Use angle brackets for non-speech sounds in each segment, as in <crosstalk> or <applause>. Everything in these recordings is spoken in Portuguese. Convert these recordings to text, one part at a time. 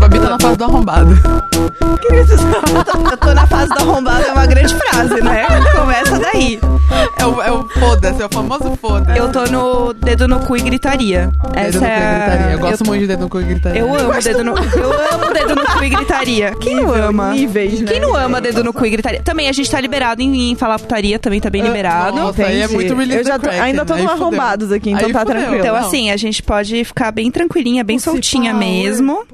Babi tá na fase do arrombado. Queridos, eu tô na fase da arrombada é uma grande frase, né? Começa daí. É o, é o foda-se, é o famoso foda-se. Eu tô no dedo no cu e gritaria. Dedo Essa no cu e é a- gritaria. Eu gosto eu, muito de dedo no cu e gritaria. Eu amo dedo no Eu amo dedo no cu e gritaria. Quem não ama? Níveis, né? Quem não ama dedo no cu e gritaria? Também a gente tá liberado em, em falar putaria, também tá bem Ah, liberado. nossa, aí é Entendi. muito release Eu já the tô- Kraken, ainda tô aí no fudeu. arrombados aqui, então Aí tá fudeu. tranquilo. Então, não. assim, a gente pode ficar bem tranquilinha, bem soltinha mesmo.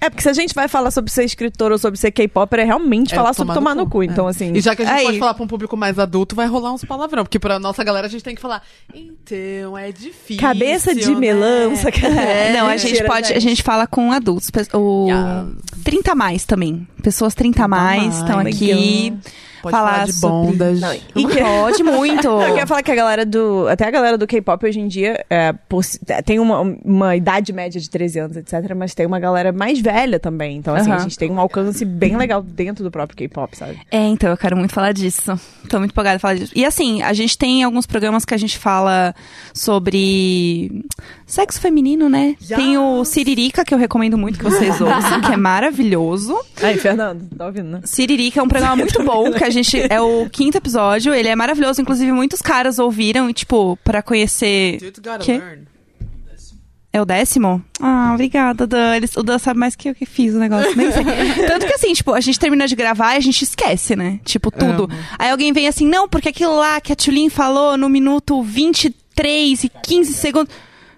É porque se a gente vai falar sobre ser escritor ou sobre ser K-Popper, é realmente É, falar sobre tomar no cu. é. Então, assim. E já que a gente Aí. pode falar pra um público mais adulto, vai rolar uns palavrão. Porque pra nossa galera a gente tem que falar. Então, é difícil. Cabeça de né?" melança, cara. É, É. <laughs> não, a gente mentira, né? pode, a gente fala com adultos, pe- o Ah. 30 a mais também. Pessoas 30 a mais estão mais, aqui. Pode falar, de sobre- bondas. Não, E que- pode <laughs> muito. Eu queria falar que a galera do. Até a galera do K-pop hoje em dia é, possi- tem uma, uma idade média de 13 anos, etc. Mas tem uma galera mais velha também. Então, assim, a Aham. gente tem um alcance bem legal dentro do próprio K-pop, sabe? É, então, eu quero muito falar disso. Tô muito empolgada a falar disso. E assim, a gente tem alguns programas que a gente fala sobre sexo feminino, né? Tem o Siririca, que eu recomendo muito que <laughs> vocês ouçam, que é maravilhoso. Aí, Fernando, tá ouvindo, né? Siririca é um programa muito bom, que a gente. É o quinto episódio, ele é maravilhoso. Inclusive, muitos caras ouviram e, tipo, pra conhecer. Dudes gotta Que? learn. É o décimo? Ah, obrigada, Dan. Eles- o Dan sabe mais que eu que fiz o negócio. Nem sei. Tanto que assim, tipo, a gente termina de gravar e a gente esquece, né? Tipo, tudo. Aí alguém vem assim, não, porque aquilo lá que a Tulin falou no minuto 23 e 15 segundos.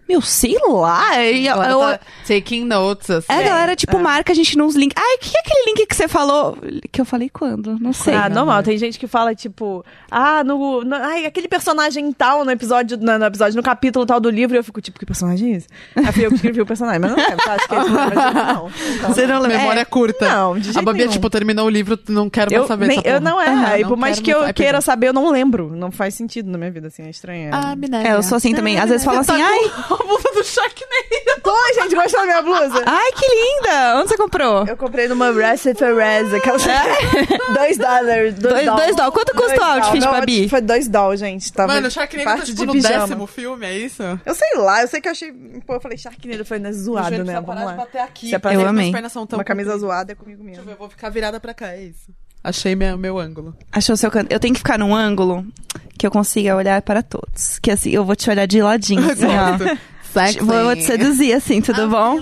Meu, sei lá. E A eu- galera eu- tá taking notes, assim. É, a galera, tipo, marca a gente nos links. Ai, o que é aquele link que você falou? Que eu falei quando? Não sei. Ah, normal. Tem gente que fala, tipo, ah, no, no- ai, aquele personagem tal no episódio, no, no episódio, no capítulo tal do livro, e eu fico, tipo, que personagem é esse? Aí fui eu que escrevi o personagem, mas não lembro, tá? Acho que esse não, lembra disso, não. Então, Você não lembra? Memória é curta. não, de jeito A Babi, é, nenhum. tipo, terminou o livro, não quero mais Eu, saber nem- dessa eu porra. não é, Aham, aí, não por mais quero que eu mais- Ai, queira perdão. saber, eu não lembro. Não faz sentido na minha vida, assim, é estranho. é. <laughs> Ah, Tá minéria. É, eu sou assim também. Às <laughs> vezes fala assim, ai, A blusa do Sharknado. Oi, gente, gostou da minha blusa? ai, que linda! Onde você comprou? Eu comprei numa Reciferez, aquelas... Dois- dois dólares, dois dólares. dois dólares. Quanto custa Dois o outfit, dólares. Babi? Não, Foi dois dólares, gente. Tava Mano, o Sharknado parte tá, tipo, de no pijama. décimo filme, é isso? Eu sei lá, eu sei que eu achei. Pô, eu falei, Sharknado foi né, zoado, né? Vamos lá. Se é pra Eu ser amei. Uma camisa zoada é comigo mesmo. Eu vou ficar virada pra cá, é isso. Achei meu, meu <laughs> ângulo. Achou seu canto? Eu tenho que ficar num ângulo que eu consiga olhar para todos. Que assim, eu vou te olhar de ladinho, assim, Ah. ó. Sexy. Vou, vou te seduzir, assim, Ah, tudo bom?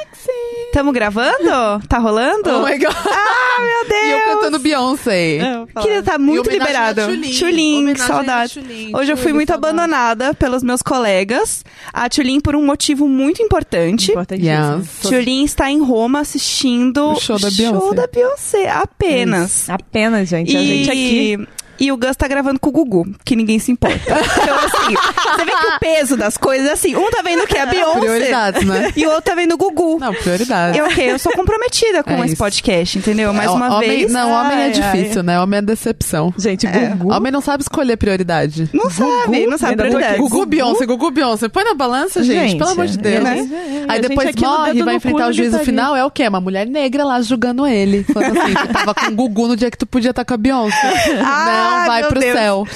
Sexy. Tamo gravando? Tá rolando? Oh my god. Ah, meu Deus. E eu cantando É, Beyoncé. Querida, tá muito E homenagem liberado. à Tulin. Tulin, que Homenagem à saudade. Tulin. Hoje eu fui Tulin, muito saudade. abandonada pelos meus colegas. A Tulin por um motivo muito importante. Yes. Tulin está em Roma assistindo O show da Beyoncé. da Beyoncé, apenas. Apenas, gente. A gente aqui. E, e o Gus tá gravando com o Gugu, que ninguém se importa. Então, assim, você vê que o peso das coisas é assim. Um tá vendo que é a Beyoncé. Prioridades, né? <laughs> E o outro tá vendo o Gugu. Não, prioridade. Eu, ok, eu sou comprometida com É esse isso. podcast, entendeu? É, Mais uma homem, vez. Não, homem é Ai, É. difícil, né? Homem é decepção. Gente, Gugu. Homem não sabe escolher prioridade. Não sabe, não sabe ainda prioridade. Gugu. Gugu Beyoncé, Gugu Beyoncé. Põe na balança, gente, Gente, pelo amor de é, Deus. né? A Aí gente depois aqui no morre e dedo vai no enfrentar cu o juízo gritaria. final. É o quê? Uma mulher negra lá julgando ele. Falando assim, tu tava com o Gugu no dia que tu podia estar com a Beyoncé. Ah, não vai meu pro Deus. céu.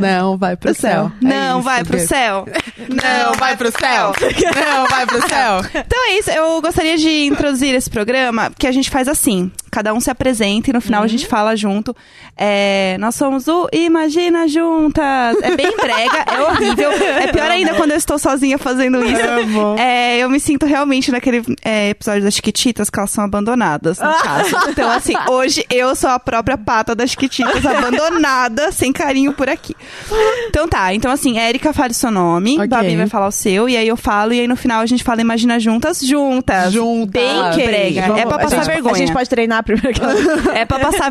Não vai pro céu. É Não, isso, vai pro Deus. céu. <laughs> Não vai pro céu. Não vai pro céu. Então é isso, eu gostaria de introduzir esse programa, que a gente faz assim. Cada um se apresenta e no final a gente fala junto. É, nós somos o Imagina Juntas. É bem brega, é horrível. É pior ainda quando eu estou sozinha fazendo isso. Amo. É, eu me sinto realmente naquele é, episódio das Chiquititas que elas são abandonadas, no caso. Então, assim, hoje eu sou a própria pata das Chiquititas, abandonada, sem carinho por aqui. Então tá, então assim, Érica fale seu nome, Ok. Babi vai falar o seu, e aí eu falo, e aí no final a gente fala Imagina Juntas, juntas. Juntas. Bem Ok, brega. vamos- é pra a passar gente- vergonha. A gente pode treinar primeiro que ela- É pra passar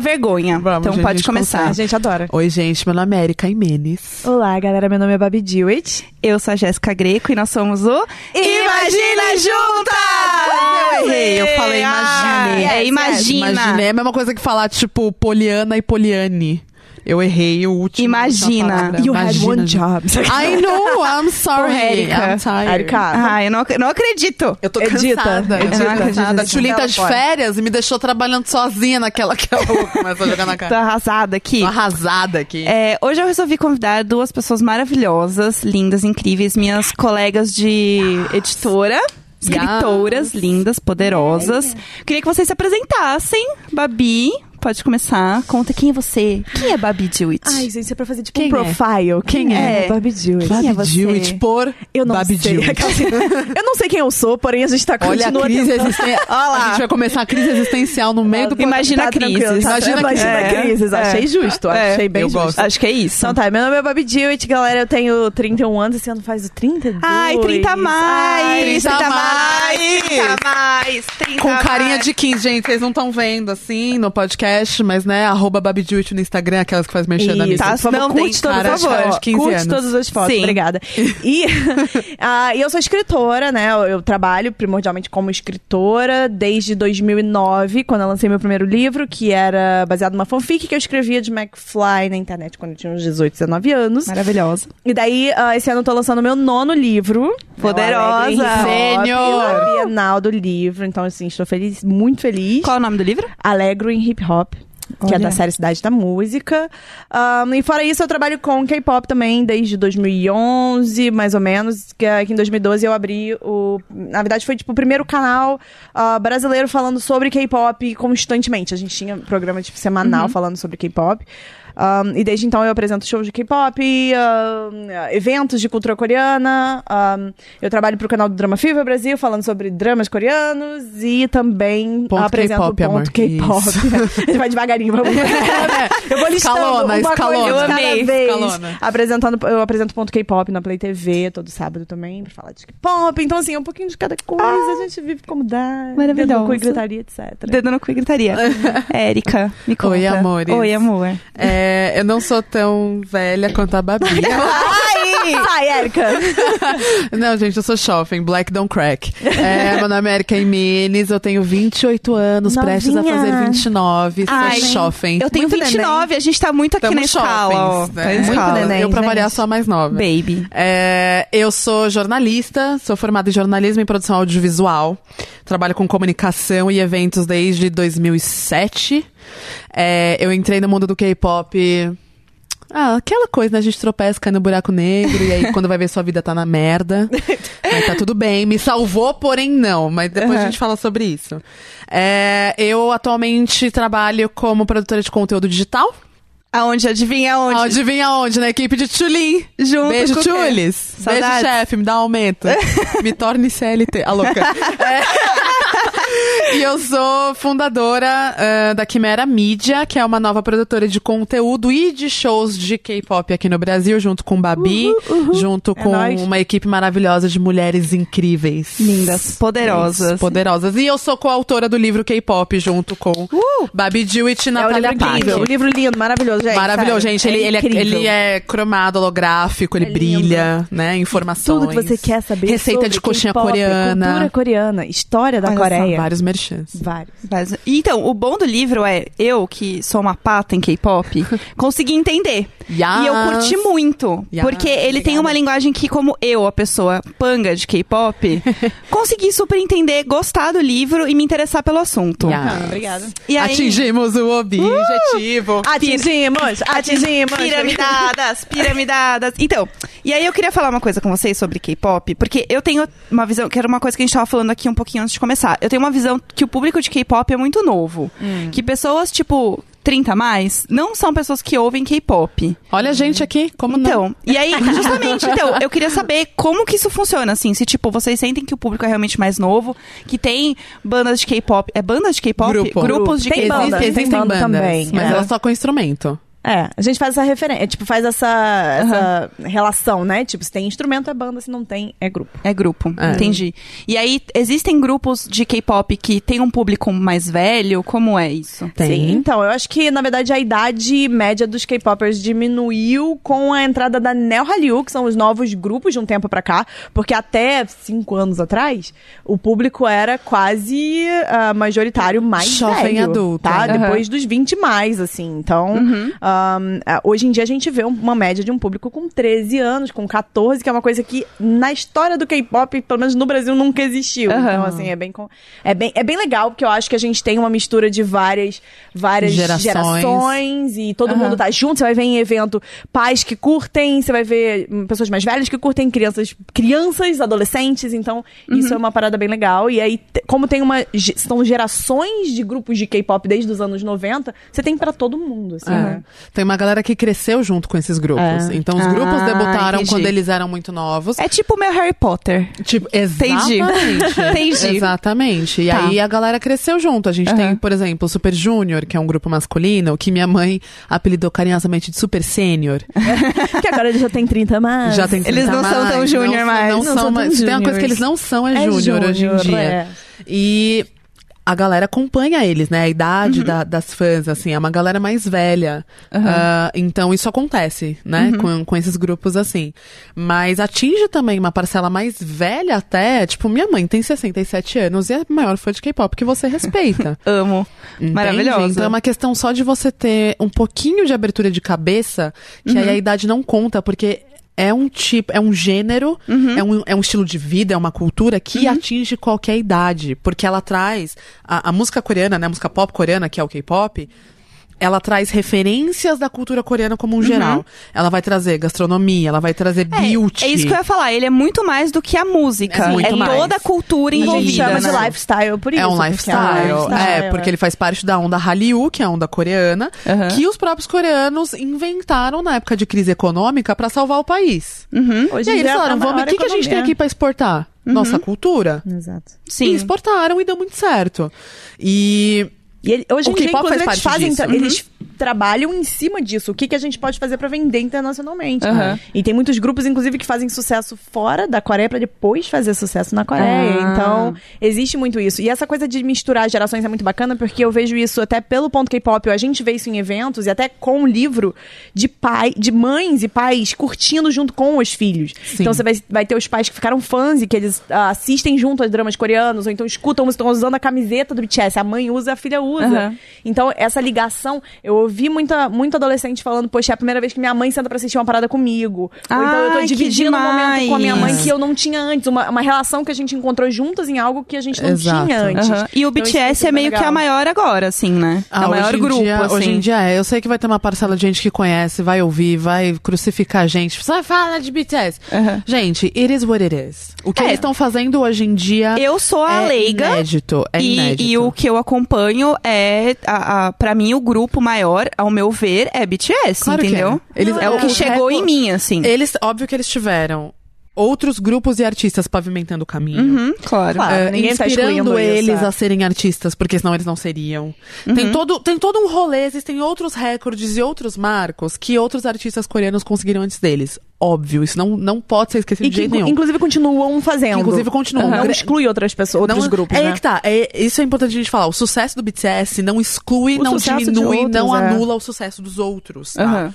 <laughs> vergonha. Vamos, então gente, a pode gente começar. A gente adora. Oi, gente. Meu nome é Erika Imenes. Olá, galera. Meu nome é Babi Dewitt. Eu sou a Jéssica Greco e nós somos o Imagina Juntas! Eu errei, eu falei Ah, Imagine. yes, é yes. Imagina. Imaginei. É a mesma coisa que falar, tipo, Poliana e Poliane. Eu errei o último. Imagina. da palavra. You had Imagina, one gente. job. I know, I'm sorry. Porra, Erika. I'm tired. Erika. Ah, eu não, ac- não acredito. Eu tô Edita, cansada. edita. Eu tô Eu não acredito cansada. A nisso. Julinha tá de Ela fora. férias e me deixou trabalhando sozinha naquela <laughs> que ela começou a jogar na Tô cara. arrasada aqui. Tô arrasada aqui. Tá É, hoje eu resolvi convidar duas pessoas maravilhosas, lindas, incríveis, minhas colegas de editora. Escritoras lindas, poderosas. Queria que vocês se apresentassem. Babi, pode começar. Conta quem é você. Quem é Babi Dewitt? Ai, gente, isso é pra fazer tipo Quem é? um profile. Quem é? É Barbie Jewett. Quem é você? Dewitt por Eu não Babi sei. Dewitt. <laughs> eu não sei quem eu sou, porém a gente tá Olha a continua crise tentando- existencial. Olha lá. A gente vai começar a crise existencial no meio do Imagina Tá a crise. tranquilo, tá? Imagina a Imagina crise. a crise. Achei justo. É. Achei bem Eu justo. gosto. Acho que é isso. Então tá, meu nome é Babi Dewitt, galera. Eu tenho 31 anos, esse ano faz o 32. Ai, 30 mais! Ai, 30 mais. 30 mais! 30 Com carinha é. mais. de 15, gente. Vocês não estão vendo assim no podcast, mas né, arroba Babidiut no Instagram, aquelas que faz mexer na Isso, missa. tá, por favor, não tem curte todas cara as de fotos. de 15 curte anos. todas as fotos, Sim. obrigada. E <laughs> ah, e eu sou escritora, né? Eu, eu trabalho primordialmente como escritora desde 2009, quando eu lancei meu primeiro livro, que era baseado numa fanfic que eu escrevia de McFly na internet quando eu tinha uns 18, 19 anos. Maravilhosa. E daí, ah, esse ano eu tô lançando meu nono livro. Poderosa. Meu Alegre em Hip Hop, Sênior. na Bienal do livro. Então, assim, estou feliz, muito feliz. Qual é o nome do livro? Alegro em Hip Hop. Que Olha. é da série Cidade da Música. Ahn, e fora isso, eu trabalho com K-pop também desde 2011, mais ou menos. Que, é- que em 2012 eu abri o. Na verdade, foi tipo o primeiro canal ah, brasileiro falando sobre K-pop constantemente. A gente tinha programa tipo, semanal falando sobre K-pop. Ahn, e desde então eu apresento shows de K-pop, ahn, eventos de cultura coreana. ahn, eu trabalho pro canal do Drama Fever Brasil, falando sobre dramas coreanos e também Ponto apresento o K-pop, amor. ponto K-pop. <laughs> A gente vai devagarinho, vamos. eu vou listando Escalona, uma escalona. coisa de Eu cada amei, vez. escalona. Apresentando, eu apresento ponto K-pop na Play TV todo sábado também, pra falar de K-pop. Então, assim, é um pouquinho de cada coisa, Ah, a gente vive como dá. Maravilhosa. dedo no cu e gritaria, etc. Dedo no cu e gritaria. Érica, me conta. Oi, amores. Oi, amor. É, eu não sou tão velha quanto a <laughs> Babi. Ai! Sai, Erika! não, gente, eu sou jovem. Black don't crack. É, meu nome é Erika Jimenez, eu tenho 28 anos, Novinha. prestes a fazer 29. Ai, sou jovem. Eu tenho Muito 29, a gente tá muito aqui Tamo na escala. ó. jovens, Tá né? na Muito escala. neném. Eu, pra gente. variar, sou a mais nova. Baby. É, eu sou jornalista, sou formada em jornalismo e produção audiovisual. Trabalho com comunicação e eventos desde 2007. É, eu entrei no mundo do K-pop. Ah, aquela coisa, né? A gente tropeça, cai no buraco negro, e aí quando vai ver sua vida tá na merda. Mas tá tudo bem, me salvou, porém não. Mas depois a gente fala sobre isso. É, eu atualmente trabalho como produtora de conteúdo digital. Aonde? Adivinha onde? Adivinha onde? Na equipe de Tulin. Junto Beijo, com quem? Tulis. Beijo, Saudades. chefe. Me dá um aumento. me torne CLT. A louca. É. <laughs> E eu sou fundadora eh, da Quimera Mídia, que é uma nova produtora de conteúdo e de shows de K-pop aqui no Brasil, junto com Babi, junto É com nóis. uma equipe maravilhosa de mulheres incríveis. Lindas, poderosas. Poderosas. E eu sou coautora do livro K-pop, junto com Babi Dewitt e É um Natália livro incrível. Paque. Um livro lindo, maravilhoso, gente. tá Maravilhoso, sério. gente. Ele, ele, é, incrível. ele é cromado, holográfico, ele É lindo. brilha, né? Informações. Tudo que você quer saber Receita sobre de coxinha K-pop, Cultura coreana. coreana, história da Olha só, Coreia. Vários merchants. Vários. Mas- Então, o bom do livro é eu, que sou uma pata em K-pop, consegui entender. Yes. E eu curti muito. Yes. Porque ele tem uma linguagem que, como eu, a pessoa panga de K-pop, consegui super entender, gostar do livro e me interessar pelo assunto. Yes. Obrigada. E aí, Atingimos o Uh! objetivo. Atingimos, atingimos. Piramidadas, piramidadas. Então, e aí eu queria falar uma coisa com vocês sobre K-pop, porque eu tenho uma visão, que era uma coisa que a gente tava falando aqui um pouquinho antes de começar. Eu tenho uma visão que o público de K-pop é muito novo. Hum. Que pessoas, tipo, 30 a mais, não são pessoas que ouvem K-pop. Olha a gente aqui, como não? Então, e aí, justamente, então, eu queria saber como que isso funciona, assim, se, tipo, vocês sentem que o público é realmente mais novo, que tem bandas de K-pop, é bandas de K-pop? Grupo. Grupos de Tem K-pop. banda, Existe- tem existem banda bandas, também, mas é. ela só com instrumento. É, a gente faz essa referência, tipo, faz essa, essa relação, né? Tipo, se tem instrumento é banda, se não tem é grupo. É grupo, É. entendi. E aí, existem grupos de K-pop que tem um público mais velho? Como é isso? Sim, então, eu acho que, na verdade, a idade média dos K-popers diminuiu com a entrada da Neo Hallyu, que são os novos grupos de um tempo pra cá, porque até cinco anos atrás, o público era quase ah, majoritário mais Jovem velho, adulto, Uhum. tá? né? Depois dos 20 mais, assim. Então, ah, Ahn, ah, hoje em dia a gente vê um- uma média de um público com 13 anos, com 14, que é uma coisa que na história do K-pop, pelo menos no Brasil, nunca existiu. Aham. Então, assim, é bem, com- é, bem, é bem legal, porque eu acho que a gente tem uma mistura de várias, várias Gerações. gerações. e todo Aham. mundo tá junto. Você vai ver em evento pais que curtem, você vai ver hum, pessoas mais velhas que curtem, crianças, crianças, adolescentes. Então, Uhum. isso é uma parada bem legal. E aí, te- como tem uma. ge- São gerações de grupos de K-pop desde os anos 90, você tem pra todo mundo, assim, É. né? Tem uma galera que cresceu junto com esses grupos. É. Então os grupos Ah, debutaram entendi. quando eles eram muito novos. É tipo o meu Harry Potter. Tipo, exatamente. Entendi. <laughs> Entendi. Exatamente. E Tá. aí a galera cresceu junto. A gente tem, Aham. por exemplo, o Super Junior, que é um grupo masculino, que minha mãe apelidou carinhosamente de Super Sênior. Que agora ele já tem <laughs> 30 a mais. Já tem 30 Ah, Eles não mais, são tão júnior não, mais. Não, Não são, são tão mais. Se Tem uma coisa que eles júniores. não são, é, É júnior hoje em júnior, dia. é. E a galera acompanha eles, né? A idade da- das fãs, assim, é uma galera mais velha. Ah, então isso acontece, né? Com, com esses grupos assim. Mas atinge também uma parcela mais velha até. Tipo, minha mãe tem 67 anos e é a maior fã de K-pop que você respeita. Amo. Entende? Maravilhosa. Então é uma questão só de você ter um pouquinho de abertura de cabeça, que Uhum. aí a idade não conta, porque é um tipo, é um gênero, Uhum. é, um, é um estilo de vida, é uma cultura que atinge qualquer idade. Porque ela traz. A, a música coreana, né? A música pop coreana, que é o K-pop. Ela traz referências da cultura coreana como um geral. Ela vai trazer gastronomia, ela vai trazer Uhum. É, beauty. É isso que eu ia falar. Ele é muito mais do que a música. É muito é mais. toda a cultura A gente envolvida. né? chama de lifestyle por isso. é um porque lifestyle. É, lifestyle, porque ele faz parte da onda Hallyu, que é a onda coreana, Aham. que os próprios coreanos inventaram na época de crise econômica pra salvar o país. Uhum. Hoje e em aí eles dia é falaram, a vamos, o maior que, que a gente tem aqui economia. pra exportar? Nossa cultura. Exato. E Sim. exportaram e deu muito certo. E E ele- hoje O em dia, K-pop faz inclusive, eles, parte fazem, disso. tra- Uhum. eles trabalham em cima disso. O que, que a gente pode fazer pra vender internacionalmente. Aham. Uhum. E tem muitos grupos, inclusive, que fazem sucesso fora da Coreia pra depois fazer sucesso na Coreia. Ah. Então, existe muito isso. E essa coisa de misturar gerações é muito bacana, porque eu vejo isso até pelo ponto K-pop. A gente vê isso em eventos e até com o livro de pai, de mães e pais curtindo junto com os filhos. Sim. Então, você vai, vai ter os pais que ficaram fãs e que eles ah, assistem junto aos dramas coreanos, ou então escutam, estão usando a camiseta do BTS. A mãe usa, a filha usa. Aham. Então, essa ligação, eu ouvi muita, muito adolescente falando, poxa, é a primeira vez que minha mãe senta pra assistir uma parada comigo. Ou então eu Ai, tô que dividindo um momento com a minha mãe demais. que eu não tinha antes. Uma, uma relação que a gente encontrou juntas em algo que a gente não Exato. tinha antes. Aham. E o Então, isso BTS é super meio que a legal. maior agora, assim, né? é Ah, o maior hoje em grupo, dia- assim. Hoje em dia é. Eu sei que vai ter uma parcela de gente que conhece, vai ouvir, vai crucificar a gente. Só fala de BTS. Aham. Gente, it is what it is. O que É. eles estão fazendo hoje em dia Eu sou a é leiga. inédito. É e, inédito. e o que eu acompanho é, a, a, pra mim, o grupo maior, ao meu ver, é BTS, Claro que entendeu? é. Eles- o que o chegou recorde- em mim, assim. Eles, óbvio que eles tiveram outros grupos e artistas pavimentando o caminho. Uhum, claro. Claro. É, ninguém tá inspirando excluindo isso, eles é. a serem artistas, porque senão eles não seriam. Uhum. Tem, todo, tem todo um rolê, existem outros recordes e outros marcos que outros artistas coreanos conseguiram antes deles. Óbvio, isso não, não pode ser esquecido E de que, jeito inclu- nenhum. inclusive, continuam fazendo. Que, inclusive, continuam. Não Gra- exclui outras pessoas, outros Não- grupos, é aí né? que tá. É- isso é importante a gente falar. O sucesso do BTS não exclui, O não sucesso de diminui, outros, não é. anula o sucesso dos outros. tá? Aham.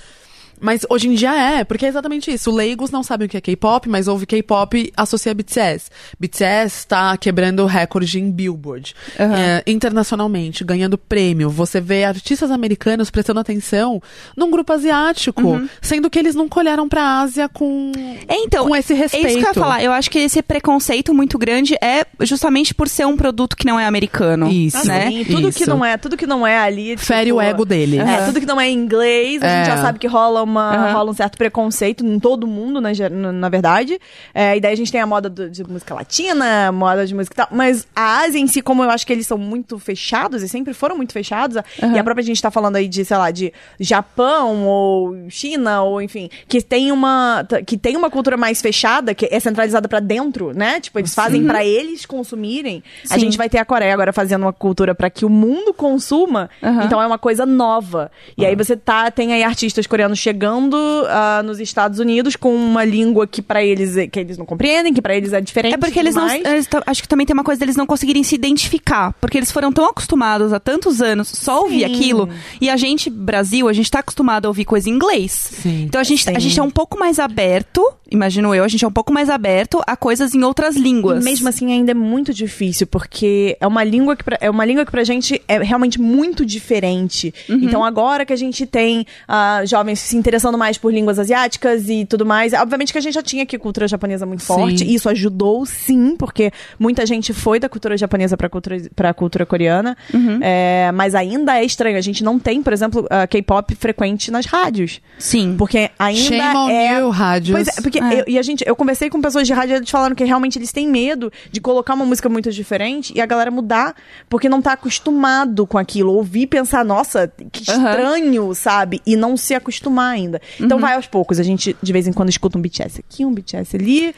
Mas hoje em dia é, porque é exatamente isso. Leigos não sabem o que é K-pop, mas ouve K-pop e associa a BTS. BTS tá quebrando o recorde em Billboard. Aham. É, internacionalmente, ganhando prêmio. Você vê artistas americanos prestando atenção num grupo asiático, Uhum. sendo que eles nunca olharam pra Ásia com, É, Então, com esse respeito. É isso que eu ia falar. Eu acho que esse preconceito muito grande é justamente por ser um produto que não é americano. Isso. Assim, né? Sim. tudo Isso. que não é, tudo que não é ali. tipo, Fere o ego dele. É, tudo que não é em inglês, a É. gente já sabe que rola, uma, Aham. rola um certo preconceito em todo mundo, na, ge- na, na verdade. É, e daí a gente tem a moda do- de música latina, moda de música e tal. Mas a Ásia em si, como eu acho que eles são muito fechados, e sempre foram muito fechados, a- e a própria gente tá falando aí de, sei lá, de Japão ou China, ou enfim, que tem uma, t- que tem uma cultura mais fechada, que é centralizada pra dentro, né? Tipo, eles fazem pra eles consumirem. A Uhum. Sim. gente vai ter a Coreia agora fazendo uma cultura pra que o mundo consuma. Aham. Então é uma coisa nova. E aí você tá, tem aí artistas coreanos chegando chegando ah, nos Estados Unidos com uma língua que para eles é- que eles não compreendem, que para eles é diferente. É e porque tudo eles não. mais. eles ta- acho que também tem uma coisa deles não conseguirem se identificar. Porque eles foram tão acostumados há tantos anos só ouvir aquilo. E a gente, Brasil, a gente tá acostumado a ouvir coisa em inglês. Sim. Então a gente, a gente é um pouco mais aberto, imagino eu, a gente é um pouco mais aberto a coisas em outras línguas. E mesmo assim ainda é muito difícil, porque é uma língua que pra, é uma língua que pra gente é realmente muito diferente. Uhum. Então agora que a gente tem ah, jovens se interessando mais por línguas asiáticas e tudo mais, obviamente que a gente já tinha aqui cultura japonesa muito Sim. forte, e isso ajudou sim, porque muita gente foi da cultura japonesa pra cultura para cultura coreana, Uhum. É, mas ainda é estranho, a gente não tem, por exemplo, ah, K-pop frequente nas rádios, assim, Sim. porque ainda Shame on é you, rádios. Pois é, porque É. Eu, e a gente, eu conversei com pessoas de rádio e eles falaram que realmente eles têm medo de colocar uma música muito diferente e a galera mudar porque não tá acostumado com aquilo. Ouvir e pensar, nossa, que Aham. Uhum. estranho, sabe? E não se acostumar ainda. Então vai aos poucos. A gente de vez em quando escuta um BTS aqui, um BTS ali.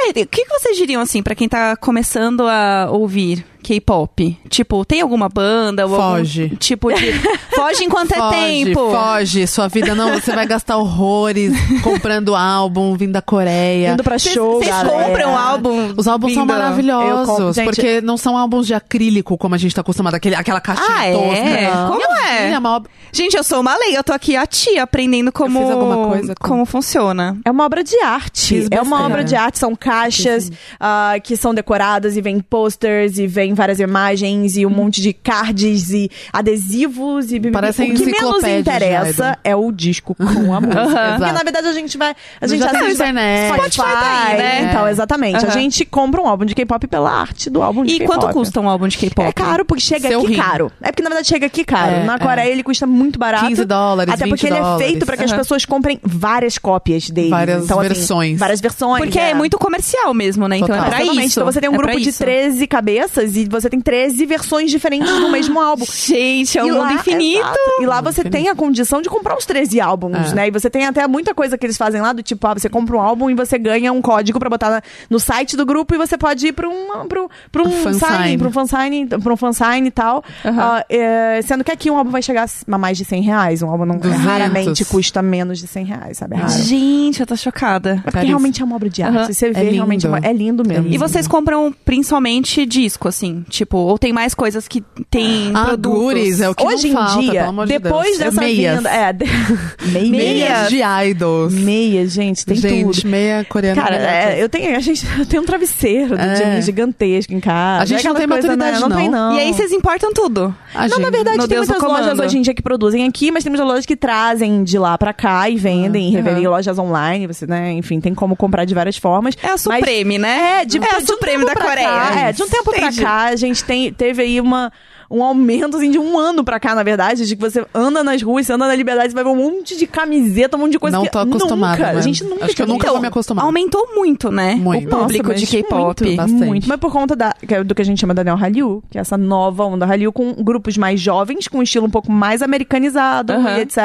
É, o que que vocês diriam, assim, pra quem tá começando a ouvir K-pop? Tipo, tem alguma banda? Ou algum Foge. tipo <laughs> de. Foge enquanto foge, é tempo. Foge, sua vida não, você vai gastar <laughs> horrores comprando álbum, vindo da Coreia. Indo pra Vocês show, vocês galera. compram álbum? É. Os álbuns são vindo- maravilhosos, Eu compro, gente. porque não são álbuns de acrílico, como a gente tá acostumado, aquele, aquela caixinha Ah, é? tosca. Como assim? é? Sim, uma ob- Gente, eu sou uma lei, eu tô aqui a tia aprendendo como, fiz alguma coisa com- como funciona. É uma obra de arte. Fiz É uma besteira. obra de arte, são caixas ah, que são decoradas e vem posters e vem várias imagens e um monte de cards e adesivos e bibi. Parecem O que menos enciclopédias, interessa Jairo. é o disco com <laughs> a música. Aham. Porque na Exato. verdade a gente vai. A Mas gente já tem assiste internet. Spotify, Spotify tá aí, né? Então, É. exatamente. A Aham. gente compra um álbum de K-pop pela arte do álbum de E K-pop. quanto custa um álbum de K-pop? É caro, porque chega Seu aqui rim. caro. É porque, na verdade, chega aqui caro. É, na é. Coreia ele custa muito barato. 15 dólares, Até porque 20 ele é feito dólares. para que as Aham. pessoas comprem várias cópias dele. Várias Então, assim, versões. várias versões. Porque é. muito comercial mesmo, né? Então Total. é pra Exatamente. isso. Então você tem um É grupo pra de isso. 13 cabeças e você tem 13 versões diferentes do mesmo álbum. Gente, é um E Então, mundo lá- infinito. exato. E lá você tem a condição de comprar os 13 álbuns, É. né? E você tem até muita coisa que eles fazem lá, do tipo, ah, você compra um álbum e você ganha um código pra botar na- no site do grupo e você pode ir pra um, pra um, pra um Fansign. sign, pra um fansign, pra um fansign e tal. Ah, é, sendo que aqui um álbum vai chegar a mais de 100 reais. Um álbum não 200. raramente custa menos de 100 reais, sabe? É raro. Gente, eu tô chocada. É porque Paris. realmente é uma obra de arte. Aham. Você vê lindo. realmente. é uma- É lindo mesmo. E vocês compram principalmente disco, assim? Tipo, ou tem mais coisas que tem Ah, produtos? gures, é o que não Hoje em falta, dia, pelo amor de depois Deus. É dessa meias. vinda. É, <laughs> de- meias. Meias de idols. Meias, gente, tem gente, tudo. meia coreana. Cara, meia é, eu tenho, a gente <laughs> eu tenho um travesseiro do É. Jimmy gigantesco em casa. A gente É não aquela tem coisa, maturidade, né? não. tem, não. não. E aí vocês importam tudo. A Não, gente- na verdade, Meu tem Deus, muitas o comando. lojas hoje em dia que produzem aqui, mas tem muitas lojas que trazem de lá pra cá e vendem, e revendem em lojas online, você, né? Enfim, tem como comprar de várias formas. É a Mas- Supreme, né? É, de, é a de um Supreme tempo da pra Coreia. cá, é, de um tempo Entendi. pra cá, a gente tem, teve aí uma, um aumento assim, de um ano pra cá, na verdade, de que você anda nas ruas, você anda na liberdade, você vai ver um monte de camiseta, um monte de coisa Não que tô acostumada, nunca, a mas gente nunca acho que eu tinha nunca visto. Então, vou me acostumar. Aumentou muito, né? Muito. O público Nossa, de mas K-pop. Muito, Bastante. muito, mas por conta da, que é do que a gente chama da Neo Hallyu, que é essa nova onda Hallyu com grupos mais jovens, com um estilo um pouco mais americanizado Aham. e etc.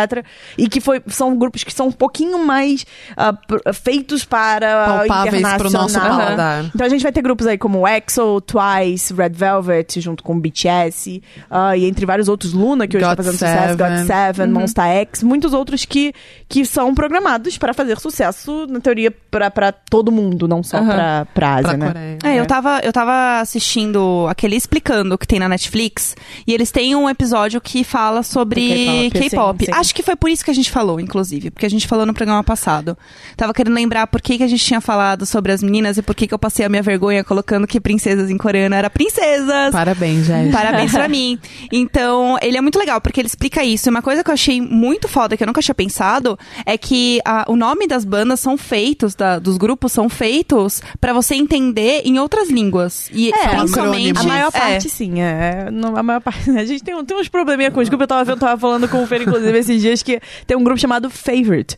E que foi, são grupos que são um pouquinho mais ah, pr- feitos para o Palpáveis pro nosso internacional. paladar. Então a gente vai ter grupos aí como EXO, Twice, Red Velvet, junto com BTS, ah, e entre vários outros, Luna, que hoje God tá fazendo sucesso, Seven. God Seven, Monsta X, muitos outros que, que são programados para fazer sucesso, na teoria, pra pra todo mundo, não só Aham. pra pra Ásia, pra né? Coreia. É, eu tava, eu tava assistindo aquele explicando que tem na Netflix e eles têm um episódio que fala sobre Do K-pop, K-pop. sim, sim. Acho que foi por isso que a gente falou, inclusive, porque a gente falou no programa passado. Tava querendo lembrar por que, que a gente tinha falado sobre as meninas e por que, que eu passei a minha vergonha colocando que princesas em coreano era princesas. É. Parabéns, Jéssica. <laughs> Parabéns pra mim. Então, ele é muito legal, porque ele explica isso. E uma coisa que eu achei muito foda, que eu nunca tinha pensado, é que ah, o nome das bandas são feitos, da- dos grupos são feitos, pra você entender em outras línguas. E É, principalmente. acrônimos. A maior é. parte, sim. É, Não, a maior parte. A gente tem, um- tem uns probleminha com os grupos. Eu tava, vendo- tava falando com o Fer, inclusive, esses dias, que tem um grupo chamado Favorite.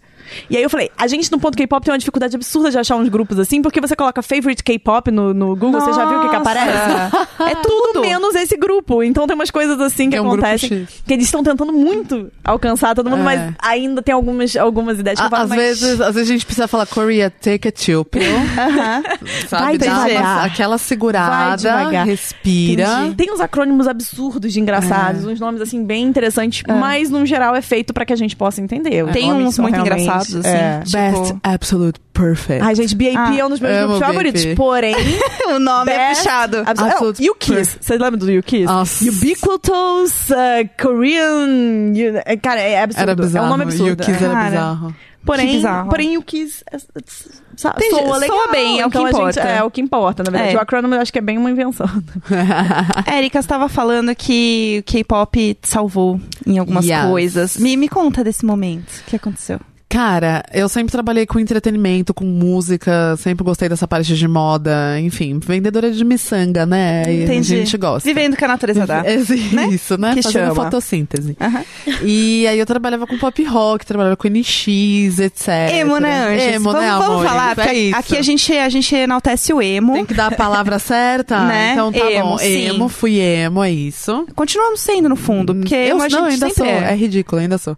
E aí eu falei, a gente no ponto K-pop tem uma dificuldade absurda de achar uns grupos assim, porque você coloca Favorite K-pop no, no Google, você já viu o que, que aparece? Nossa. É tudo. Menos esse grupo, Então tem umas coisas assim que É um grupo acontecem. X. que eles estão tentando muito alcançar todo mundo, É. mas ainda tem algumas, algumas ideias que eu Ah, falo, às, mas- vezes, às vezes a gente precisa falar, Korea, take a chill pill", Aham. sabe? Dá uma- devagar. aquela Vai segurada, devagar. respira. Tem uns acrônimos absurdos de engraçados, uns nomes assim bem interessantes, mas no geral é feito pra que a gente possa entender. Tem Nomes uns são muito realmente- engraçados, assim. É. Tipo, Best Absolute Perfect. Ai, gente, BAP Ah, é um dos meus amo grupos BAP. favoritos, <laughs> porém. o nome é Best- puxado. absu- Absolute Não, You Kiss. Você lembra do You Kiss? Ah, Nossa. Ubiquitous uh, Korean. you- é, Cara, é absurdo. Era bizarro. É um nome absurdo. You Kiss é. era Cara. bizarro. <laughs> Porém, bizarro. porém, You Kiss. é, é, so- Entendi, Soa legal. soa bem, é o que Então a gente- importa. é o que importa, na verdade. É. O acrônimo eu acho que é bem uma invenção. A Erika estava falando que o K-pop te salvou em algumas Yes. coisas. Me, me conta desse momento. O que aconteceu? Cara, eu sempre trabalhei com entretenimento, com música, sempre gostei dessa parte de moda, enfim, vendedora de miçanga, né? E Entendi. A gente gosta. Vivendo com a <laughs> natureza dá. É Isso, né? Que Fazendo chama. fotossíntese. tá? Aham. E aí eu trabalhava com pop rock, trabalhava com NX, etc. Emo, né, Anjos? É, Emo, vamos, né, vamos amores? falar, porque é isso. aqui a gente, a gente enaltece o emo. Tem que dar a palavra certa, <laughs> Né? Então tá Emo, bom. sim. Emo, fui emo, é isso. Continuamos sendo, no fundo, porque Hum, eu emo a gente não, ainda sempre sou. é. É ridículo, ainda sou.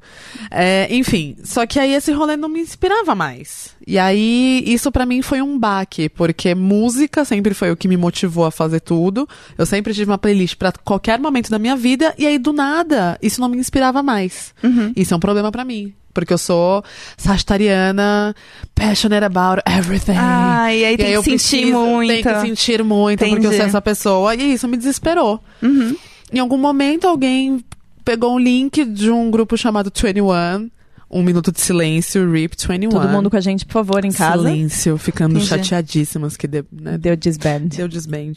É, enfim, só que aí esse rolê não me inspirava mais. E aí, isso pra mim foi um baque, porque música sempre foi o que me motivou a fazer tudo. Eu sempre tive uma playlist pra qualquer momento da minha vida, e aí do nada, isso não me inspirava mais. Uhum. Isso é um problema pra mim. Porque eu sou sagitariana, passionate about everything. Ai, aí É. E Ah, tem eu que sentir preciso- muito. Tem que sentir muito, porque eu Entendi. sou essa pessoa. E isso me desesperou. Uhum. Em algum momento, alguém pegou um link de um grupo chamado 21. Um minuto de silêncio, RIP 21. Todo mundo com a gente, por favor, em casa. Silêncio, ficando Entendi. chateadíssimas que deu, né? Deu disband. Deu desband. Enfim,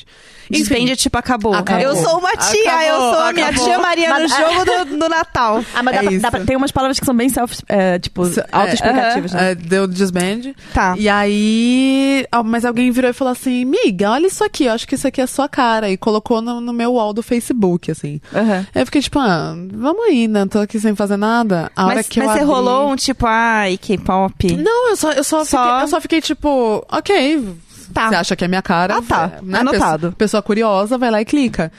Despende, tipo, acabou. Acabou. Eu sou uma tia, eu Acabou, sou a minha acabou. tia Maria no Mas- jogo do, do Natal. Ah, mas É dá pra- isso. dá pra- tem umas palavras que são bem self, é, tipo, Se- é, autoexplicativas, né? é, deu desband. Tá. E aí. ah, Mas alguém virou e falou assim: Miga, olha isso aqui, eu acho que isso aqui é a sua cara. E colocou no, no meu wall do Facebook, assim. Uhum. Aham. Aí eu fiquei tipo, ah, vamos aí, né? Tô aqui sem fazer nada. A hora Mas, que eu mas você abri- rolou um tipo, ai, K-pop. Não, eu só, eu só, Só- Fiquei, eu só fiquei tipo, ok. Tá. Você acha que é minha cara? Ah, tá. né? Anotado. Pessoa, pessoa curiosa, vai lá e clica.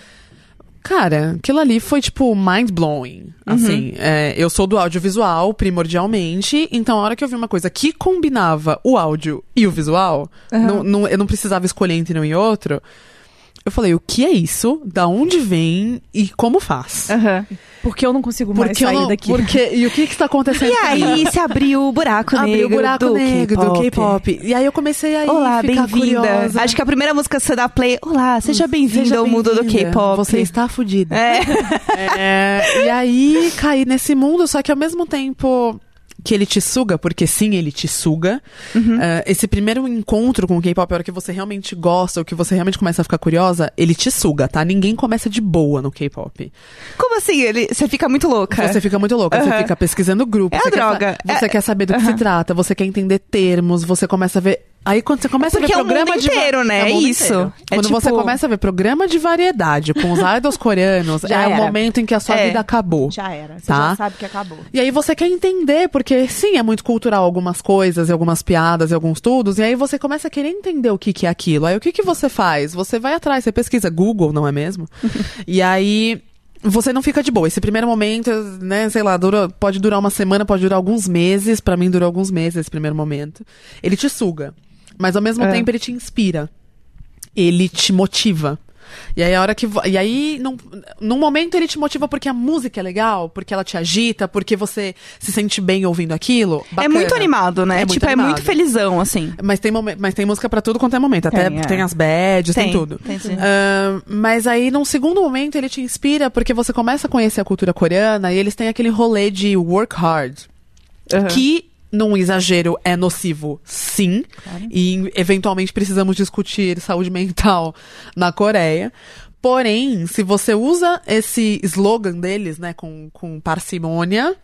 Cara, aquilo ali foi tipo mind blowing. Uhum. Assim, É, eu sou do audiovisual primordialmente, então a hora que eu vi uma coisa que combinava o áudio e o visual, não- não- eu não precisava escolher entre um e outro. Eu falei, o que é isso? Da onde vem e como faz? Aham. Porque eu não consigo mais Porque eu sair não- daqui. Porque, e o que <laughs> que está acontecendo? E comigo? aí se abriu o buraco Abri negro Então, o buraco do negro K-pop. do K-pop. E aí eu comecei a ir Olá, ficar bem-vinda. curiosa. Hum, Acho que a primeira música que você dá play, olá, seja Seja bem-vinda ao mundo do bem-vinda. K-pop. Você está fudida. É. É, e aí caí nesse mundo, só que ao mesmo tempo que ele te suga, porque sim, ele te suga. Uhum. é, esse primeiro encontro com o K-pop, a hora que você realmente gosta, ou que você realmente começa a ficar curiosa, ele te suga, tá? Ninguém começa de boa no K-pop. Como assim? Ele, você fica muito louca. Você fica muito louca, você Aham. fica pesquisando grupo. É a você droga. Quer, sa- você É- quer saber do que se trata, você quer entender termos, você começa a ver. Aí quando você começa Porque a é o ver programa mundo de va- inteiro, né? o mundo É isso. inteiro. É quando você tipo- começa a ver programa de variedade com os <laughs> idols coreanos, Já é o era. momento em que a sua É. vida acabou. Já era. Você Tá. já sabe que acabou. E aí você quer entender, porque sim, é muito cultural algumas coisas, e algumas piadas, e alguns tudos, e aí você começa a querer entender o que, que é aquilo. Aí o que, que você faz? Você vai atrás, você pesquisa Google, não é mesmo? e aí você não fica de boa. Esse primeiro momento, né, sei lá, dura, pode durar uma semana, pode durar alguns meses, Pra mim durou alguns meses esse primeiro momento. Ele te suga, mas ao mesmo É. tempo ele te inspira ele te motiva. E aí a hora que vo- e aí num, num momento ele te motiva porque a música é legal, porque ela te agita, porque você se sente bem ouvindo aquilo. É Bacana. muito animado, né? É muito tipo, é animado. muito felizão, assim. Mas tem, momen- mas tem música pra tudo quanto é momento. Até Tem, tem, é. as bads, tem, tudo. entendi. Ah, mas aí, num segundo momento, ele te inspira porque você começa a conhecer a cultura coreana e eles têm aquele rolê de work hard. Que, num exagero, é nocivo, sim. E, eventualmente, precisamos discutir saúde mental <laughs> na Coreia. Porém, se você usa esse slogan deles, né, com, com parcimônia,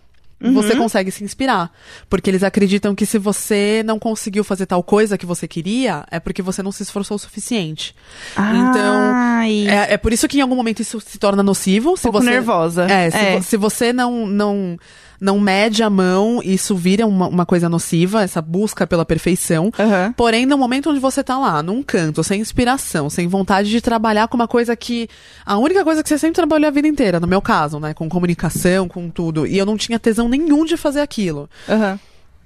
você consegue se inspirar. Porque eles acreditam que se você não conseguiu fazer tal coisa que você queria, é porque você não se esforçou o suficiente. Ai. Então, é, é por isso que em algum momento isso se torna nocivo. Se um pouco você, nervosa. É, se, vo- se você não, não, não mede a mão, isso vira uma, uma coisa nociva, essa busca pela perfeição. Aham. Porém, no momento onde você tá lá, num canto, sem inspiração, sem vontade de trabalhar com uma coisa que. A única coisa que você sempre trabalhou a vida inteira, no meu caso, né? Com comunicação, com tudo. E eu não tinha tesão nenhum de fazer aquilo. Aham.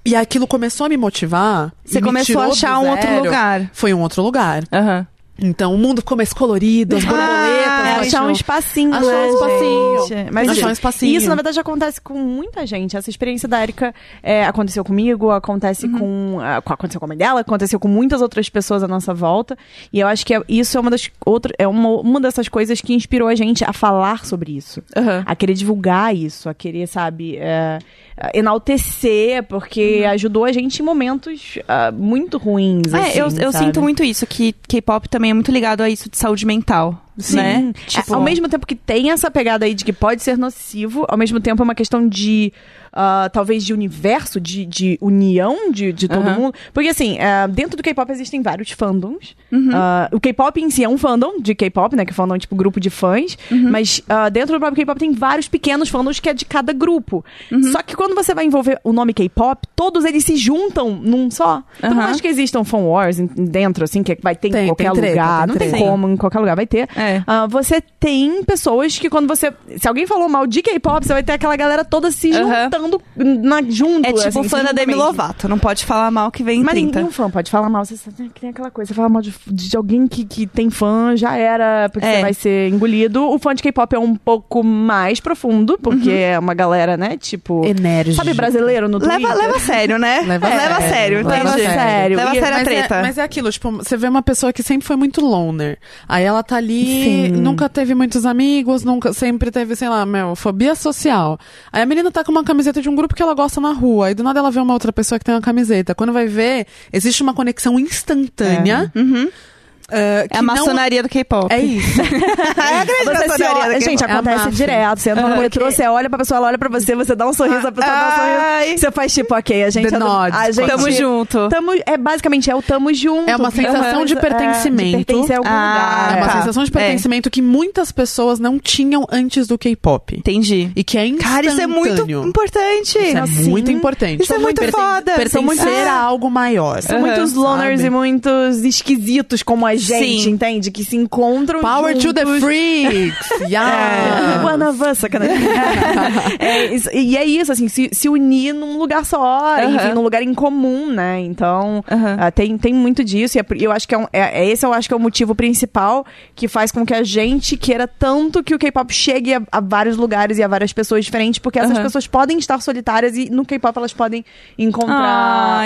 E aquilo começou a me motivar. Você e me começou a tirou do achar um outro zero. lugar. Foi um outro lugar. Aham. Então o mundo ficou mais colorido, as borboletas. <laughs> Ah, as é, coisas achar um não- espacinho, Achar um espacinho. gente? Mas Achar assim, um isso- espacinho. Isso, na verdade, acontece com muita gente. Essa experiência da Erika é, aconteceu comigo, acontece com, ah, com- Aconteceu com a mãe dela, aconteceu com muitas outras pessoas à nossa volta. E eu acho que é- isso é uma das outras. É uma, uma dessas coisas que inspirou a gente a falar sobre isso. Aham. A querer divulgar isso, a querer, sabe, é, enaltecer, Uhum. porque ajudou a gente em momentos ah, muito ruins. É, eu, assim, eu sabe? sinto muito isso, que K-pop também é muito ligado a isso de saúde mental. Sim. Né? É, Tipo, ao mesmo tempo que tem essa pegada aí de que pode ser nocivo, ao mesmo tempo é uma questão de. ah, talvez de universo, de, de união de, de todo Aham. mundo. Porque, assim, ah, dentro do K-pop existem vários fandoms. Uhum. Ah, o K-pop em si é um fandom de K-pop, né? Que é fandom tipo grupo de fãs. Uhum. Mas ah, dentro do próprio K-pop tem vários pequenos fandoms que é de cada grupo. Uhum. Só que quando você vai envolver o nome K-pop, todos eles se juntam num só. Então, eu não Aham. acho que existam fan wars em- dentro, assim, que vai ter em Tem, qualquer tem treta, lugar. tem não tem treta. como, em qualquer lugar vai ter. É. Ah, você tem pessoas que quando você. Se alguém falou mal de K-pop, você vai ter aquela galera toda se Aham. juntando na, junto. É tipo assim, fã se da junto Demi mesmo. Lovato, não pode falar mal que vem em Mas 30. nenhum fã pode falar mal. Você sabe que tem aquela coisa. Você fala mal de, de alguém que, que tem fã, já era, porque É. você vai ser engolido. O fã de K-pop é um pouco mais profundo, porque é uma galera, né? Tipo. Enérgico. Sabe brasileiro no Twitter? Uhum. Leva, leva a sério, né? Leva a É, sério, leva entendi. a sério. Leva a E- sério a mas treta. É, mas é aquilo, tipo, você vê uma pessoa que sempre foi muito loner. Aí ela tá ali, Sim. nunca teve muitos amigos, nunca sempre teve, sei lá, meu, fobia social. Aí a menina tá com uma camiseta de um grupo que ela gosta na rua. Aí do nada ela vê uma outra pessoa que tem uma camiseta. Quando vai ver, existe uma conexão instantânea. ah, que É a não- Uhum. É maçonaria do K-pop. Tá, é É isso. <laughs> a grande Você maçonaria se do olha, K-pop. gente, É a acontece máfia. direto. Você <laughs> entra no metrô, você olha pra pessoa, ela olha pra você, você dá um sorriso, tá a pessoa dá um Ai. sorriso. Você faz tipo, ok, a gente. The é do- nods, a gente Tamo junto. Tamo, é basicamente é o tamo junto. É uma sensação Uhum. de É, pertencimento. de pertencer a algum Ah, É lugar. uma tá. sensação de É. pertencimento que muitas pessoas não tinham antes do K-pop. Entendi. E que é instantâneo. Cara, isso é muito importante. Isso é Assim. muito importante. Isso é muito Perten- foda. assim. Ah. Pertencer São muito- a algo maior. São Uhum, muitos loners sabe? e muitos esquisitos como a gente, Sim. entende? Que se encontram Power juntos. to the freaks! <laughs> É, Yeah. one of us, sacanagem. É, isso- e é isso, assim, se, se unir num lugar só, Aham. enfim, num lugar em comum, né? Então, Aham. ah, tem, tem muito disso, e é por- eu acho que é, um- é- é- esse eu acho que é o motivo principal que faz com que a gente queira tanto que o K-pop chegue a, a vários lugares e a várias pessoas diferentes, porque essas Aham. pessoas podem estar solitárias e no K-pop elas podem encontrar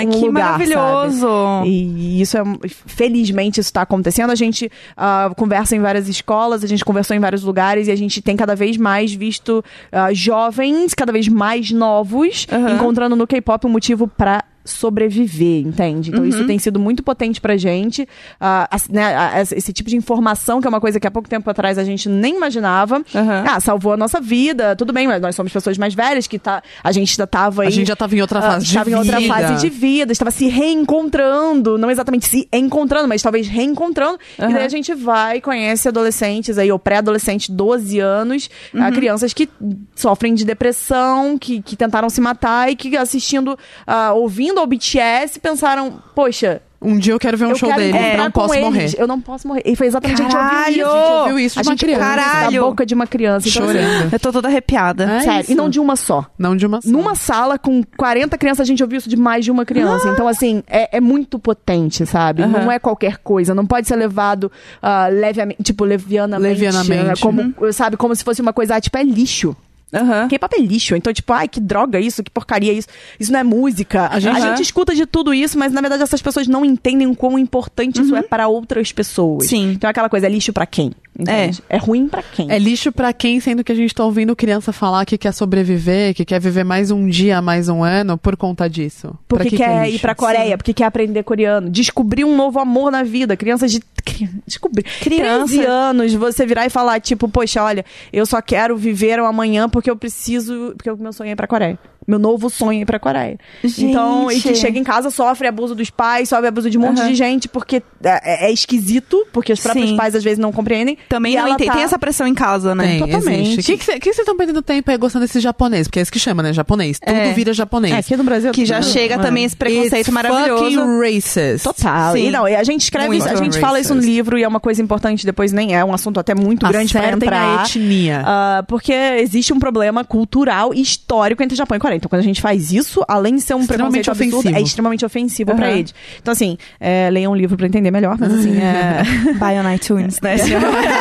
Ah, um que lugar, sabe? maravilhoso. E isso é. Felizmente, isso está acontecendo. A gente ah, conversa em várias escolas, a gente conversou em vários lugares e a gente tem cada vez mais visto ah, jovens, cada vez mais novos, Aham. encontrando no K-pop um motivo pra sobreviver, entende? Então Uhum. isso tem sido muito potente pra gente, Ah, as- né, a- as- esse tipo de informação que é uma coisa que há pouco tempo atrás a gente nem imaginava. Aham. Ah, salvou a nossa vida, tudo bem, mas nós somos pessoas mais velhas que tá, a gente ainda tava aí <laughs> A gente já tava em outra ah, fase de estava em outra vida. fase de vida, estava se reencontrando, não exatamente se encontrando, mas talvez reencontrando. E daí a gente vai, conhece adolescentes aí, ou pré-adolescentes, 12 anos, Uhum. ah, crianças que sofrem de depressão, que, que tentaram se matar e que assistindo, ah, ouvindo ao BTS, pensaram, poxa. Um dia eu quero ver um eu show quero dele, encontrar não com posso eles, morrer. Eu não posso morrer. E foi exatamente a gente ouviu isso. Caralho! A gente ouviu isso de a uma gente criança. ouviu isso Caralho! da boca de uma criança. Então, Chorando. Eu tô toda arrepiada. É Sério, isso. e não de uma só. Não de uma só. Numa sala com 40 crianças, a gente ouviu isso de mais de uma criança. Então, assim, é, é muito potente, sabe? Aham. Não é qualquer coisa. Não pode ser levado ah, leviamente, tipo, levianamente. Levianamente. né? Como, Sabe? Como se fosse uma coisa, ah, tipo, é lixo. Ah. Aham. K-pop é lixo. Então, tipo, ai, que droga isso, que porcaria isso. Isso não é música. A gente, Aham. escuta de tudo isso, mas na verdade essas pessoas não entendem o quão importante isso é para outras pessoas. Sim. Então, é aquela coisa, é lixo pra quem? entende? É ruim pra quem? É lixo pra quem, sendo que a gente tá ouvindo criança falar que quer sobreviver, que quer viver mais um dia, mais um ano, por conta disso. Pra Porque que que quer é lixo? ir pra Coreia, porque quer aprender coreano. Descobrir um novo amor na vida. Crianças de. <laughs> cri- Descobrir. Criança. 13 anos, você virar e falar, tipo, poxa, olha, eu só quero viver o amanhã porque eu preciso. Porque o meu sonho é ir pra Coreia. meu novo sonho é ir pra Coreia. Gente. Então, e que chega em casa, sofre abuso dos pais, sofre abuso de um monte Aham. de gente, porque é, é esquisito, porque os próprios Sim. pais às vezes não compreendem. Também E não ela entende. tá- Tem essa pressão em casa, né? Tem, totalmente. existe. O que vocês estão perdendo tempo aí gostando desse japonês? Porque é isso que chama, né? Japonês. Tudo É. vira japonês. É, aqui no Brasil. Que já né? chega É. também esse preconceito It's maravilhoso. fucking racist. Total. Sim. E não, e a gente escreve Muito isso, a gente fala isso no racist. livro e é uma coisa importante, depois nem é um assunto até muito grande pra Acertem entrar. a etnia. Ah, porque existe um problema cultural e histórico entre Japão e Coreia. Então, quando a gente faz isso, além de ser um Extremamente preconceito absurdo, ofensivo. é extremamente ofensivo Aham. pra eles. Então, assim, é, leiam um livro pra entender melhor, mas assim, é, <laughs> Buy on iTunes, né? <laughs>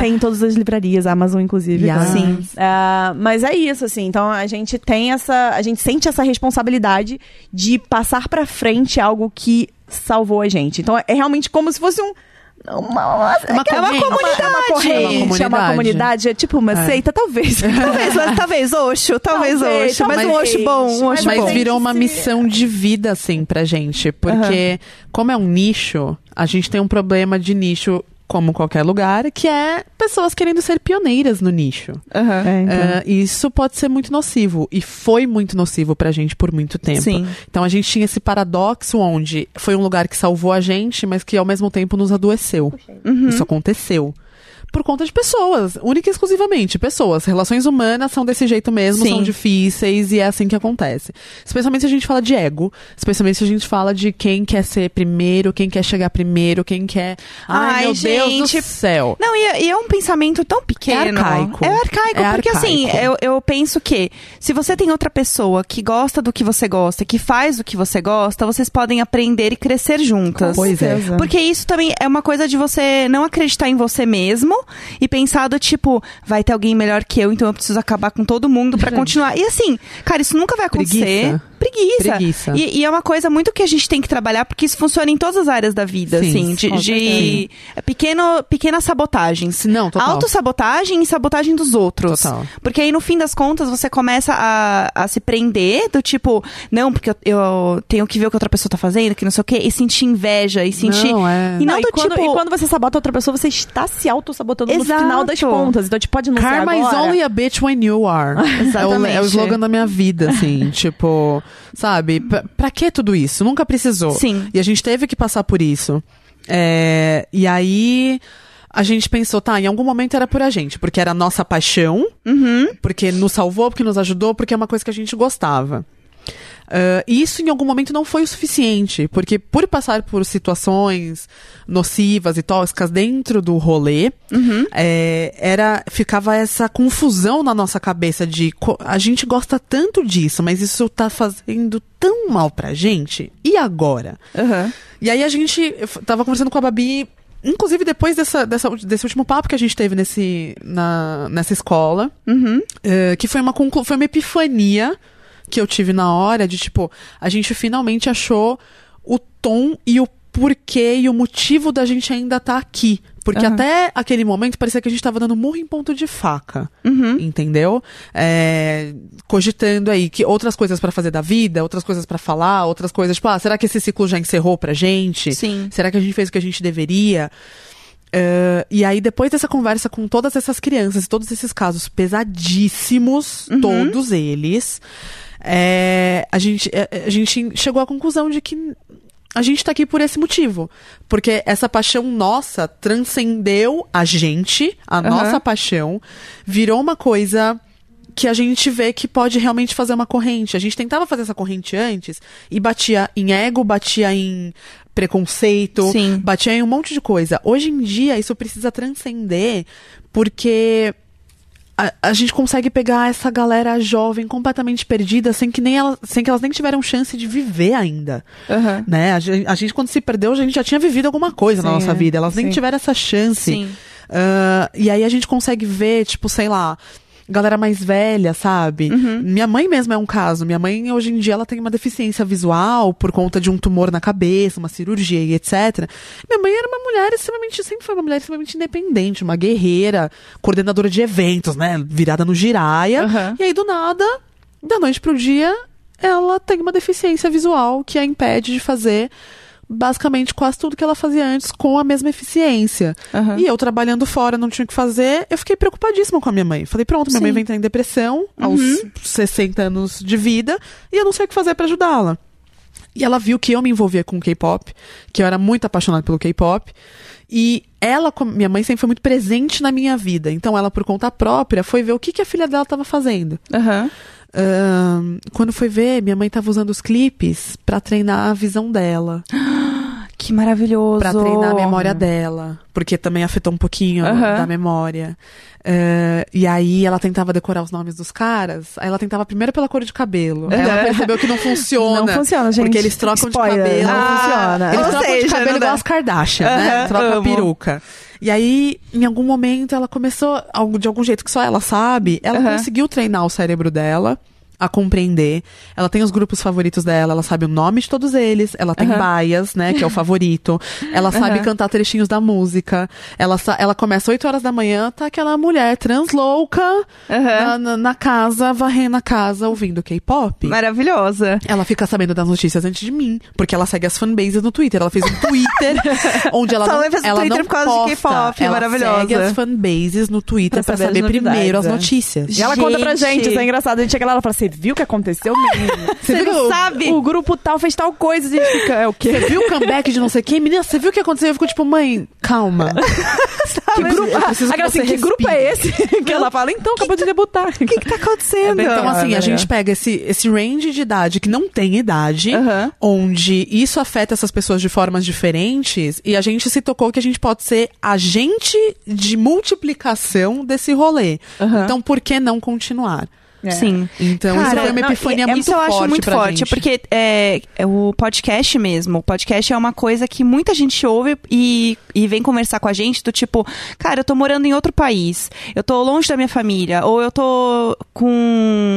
tem em todas as livrarias, a Amazon, inclusive. Yeah. claro. Sim. Ah, mas é isso, assim. Então a gente tem essa. A gente sente essa responsabilidade de passar pra frente algo que salvou a gente. Então é realmente como se fosse um. Uma, uma, é uma corrente. comunidade. É uma corrente, é uma comunidade. comunidade. É tipo uma É. seita, <laughs> talvez. talvez, mas talvez Oxo, talvez Talvez, Oxo. Mas um talvez. Oxo bom, um Mas Oxo Mas bom. vir- virou uma se- missão de vida, assim, pra gente. Porque, como é um nicho, a gente tem um problema de nicho, como qualquer lugar, que é pessoas querendo ser pioneiras no nicho. Aham. É, então. Ah, e isso pode ser muito nocivo. E foi muito nocivo pra gente por muito tempo. Sim. Então a gente tinha esse paradoxo onde foi um lugar que salvou a gente, mas que ao mesmo tempo nos adoeceu. Uhum. Isso aconteceu. Por conta de pessoas, única e exclusivamente. Pessoas. Relações humanas são desse jeito mesmo, Sim. são difíceis e é assim que acontece. Especialmente se a gente fala de ego, especialmente se a gente fala de quem quer ser primeiro, quem quer chegar primeiro, quem quer. Ai, Ai, meu Deus do gente, céu. Não, e, e é um pensamento tão pequeno. É arcaico. É arcaico, É porque arcaico. assim, eu, eu penso que se você tem outra pessoa que gosta do que você gosta, que faz o que você gosta, vocês podem aprender e crescer juntas. Pois é. certeza. Porque isso também é uma coisa de você não acreditar em você mesmo e pensar do tipo, vai ter alguém melhor que eu, então eu preciso acabar com todo mundo pra continuar. E assim, cara, isso nunca vai acontecer. Preguiça. Preguiça. E, e é uma coisa muito que a gente tem que trabalhar, porque isso funciona em todas as áreas da vida, Sim, assim. De, com de pequeno, pequenas sabotagens. Não, total. Autossabotagem e sabotagem dos outros. Total. Porque aí, no fim das contas, você começa a, a se prender do tipo, não, porque eu, eu tenho que ver o que outra pessoa tá fazendo, que não sei o quê, e sentir inveja, e sentir. Não, é. E não e, do quando, tipo. e quando você sabota outra pessoa, você está se auto-sabotando no Exato. final das contas. Então, tipo, pode não Karma ser is agora. only a bitch when you <laughs> are. É o, é o Exatamente. slogan da minha vida, assim. tipo, sabe? Pra, pra que tudo isso? Nunca precisou. Sim. E a gente teve que passar por isso. É, e aí. A gente pensou, tá, em algum momento era por a gente, porque era a nossa paixão, porque nos salvou, porque nos ajudou, porque é uma coisa que a gente gostava. Ah, E isso em algum momento não foi o suficiente, porque por passar por situações nocivas e tóxicas dentro do rolê, é, era ficava essa confusão na nossa cabeça de co- a gente gosta tanto disso, mas isso tá fazendo tão mal pra gente. E agora? Aham. E aí a gente eu f- tava conversando com a Babi, inclusive depois dessa, dessa ulti- desse último papo que a gente teve nesse, na, nessa escola, eh, que foi uma, conclu- foi uma epifania que eu tive na hora de tipo, a gente finalmente achou o tom e o porquê e o motivo da gente ainda estar aqui. Porque Aham. até aquele momento parecia que a gente tava dando murro em ponto de faca. Uhum. Entendeu? É, cogitando aí que outras coisas pra fazer da vida, outras coisas pra falar, outras coisas, tipo, ah, será que esse ciclo já encerrou pra gente? Sim. Será que a gente fez o que a gente deveria? É, e aí, depois dessa conversa com todas essas crianças, todos esses casos pesadíssimos, todos eles, é, a, gente, é, a gente chegou à conclusão de que a gente tá aqui por esse motivo. Porque essa paixão nossa transcendeu a gente, a nossa paixão, virou uma coisa que a gente vê que pode realmente fazer uma corrente. A gente tentava fazer essa corrente antes e batia em ego, batia em preconceito, Sim. batia em um monte de coisa. Hoje em dia, isso precisa transcender porque a, a gente consegue pegar essa galera jovem completamente perdida sem que, nem ela, sem que elas nem tiveram chance de viver ainda. Aham. Né? A gen- a gente, quando se perdeu, a gente já tinha vivido alguma coisa na Sim, nossa é. vida. Elas nem Sim. tiveram essa chance. Sim. Ah, e aí a gente consegue ver, tipo, sei lá, galera mais velha, sabe? Uhum. Minha mãe mesmo é um caso. Minha mãe, hoje em dia, ela tem uma deficiência visual por conta de um tumor na cabeça, uma cirurgia e etc. Minha mãe era uma mulher extremamente, sempre foi uma mulher extremamente independente, uma guerreira, coordenadora de eventos, né? Virada no giraia. Aham. E aí, do nada, da noite pro dia, ela tem uma deficiência visual que a impede de fazer basicamente quase tudo que ela fazia antes com a mesma eficiência. Aham. E eu trabalhando fora, não tinha o que fazer, eu fiquei preocupadíssima com a minha mãe. Falei, pronto, minha mãe Sim. Uhum. vai entrar em depressão aos 60 anos de vida e eu não sei o que fazer pra ajudá-la. E ela viu que eu me envolvia com o K-pop, que eu era muito apaixonada pelo K-pop. E ela, com- minha mãe sempre foi muito presente na minha vida. Então ela, por conta própria, foi ver o que, que a filha dela estava fazendo. Aham. Ahn, quando foi ver, minha mãe tava usando os clipes pra treinar a visão dela. Que maravilhoso. Pra treinar a memória dela. Porque também afetou um pouquinho Aham. da memória. É, e aí ela tentava decorar os nomes dos caras. Aí ela tentava primeiro pela cor de cabelo. Aí ela Aham. percebeu que não funciona. Não funciona, gente. Porque eles trocam de Spoiler, cabelo. Não Ah, funciona. Eles Ou trocam de seja, cabelo não igual dá. as Kardashian, né? Aham, Troca a amo. peruca. E aí, em algum momento, ela começou, algo- de algum jeito que só ela sabe, ela Aham. conseguiu treinar o cérebro dela a compreender. Ela tem os grupos favoritos dela, ela sabe o nome de todos eles, ela tem Aham. baias, né, que é o favorito. Ela sabe Aham. cantar trechinhos da música. Ela, sa- ela começa 8 horas da manhã, tá aquela mulher translouca na, na, na casa, varrendo a casa, ouvindo K-pop. Maravilhosa. Ela fica sabendo das notícias antes de mim, porque ela segue as fanbases no Twitter. Ela fez um <laughs> Twitter onde ela Só não, ela fez um ela Twitter não por causa de posta, K-pop, ela maravilhosa. segue as fanbases no Twitter pra, Pra saber saber as novidades, primeiro as é. notícias. E ela conta pra Gente. gente, isso é engraçado. A gente chega lá e ela fala: Você viu o que aconteceu, menina? Você viu? não sabe? O grupo tal fez tal coisa e a gente fica. É o quê? <laughs> Você viu o comeback de não sei quem? Menina, você viu o que aconteceu? Eu fico tipo, mãe, <laughs> calma. Que grupo? eu preciso que Aquela assim, você que grupo é esse? <laughs> Que ela fala: Então, acabou de debutar. O <laughs> que, que tá acontecendo? É bem- Então, assim, a né? Olha. gente pega esse, esse range de idade que não tem idade, Aham. onde isso afeta essas pessoas de formas diferentes, e a gente se tocou que a gente pode ser agente de multiplicação desse rolê. Aham. Então, por que não continuar? É. É. Sim. Então, isso Cara, foi uma não, epifania e- é, muito isso eu forte acho muito pra forte, gente. porque é, é o podcast mesmo, o podcast é uma coisa que muita gente ouve e, e vem conversar com a gente do tipo, cara, eu tô morando em outro país, eu tô longe da minha família, ou eu tô com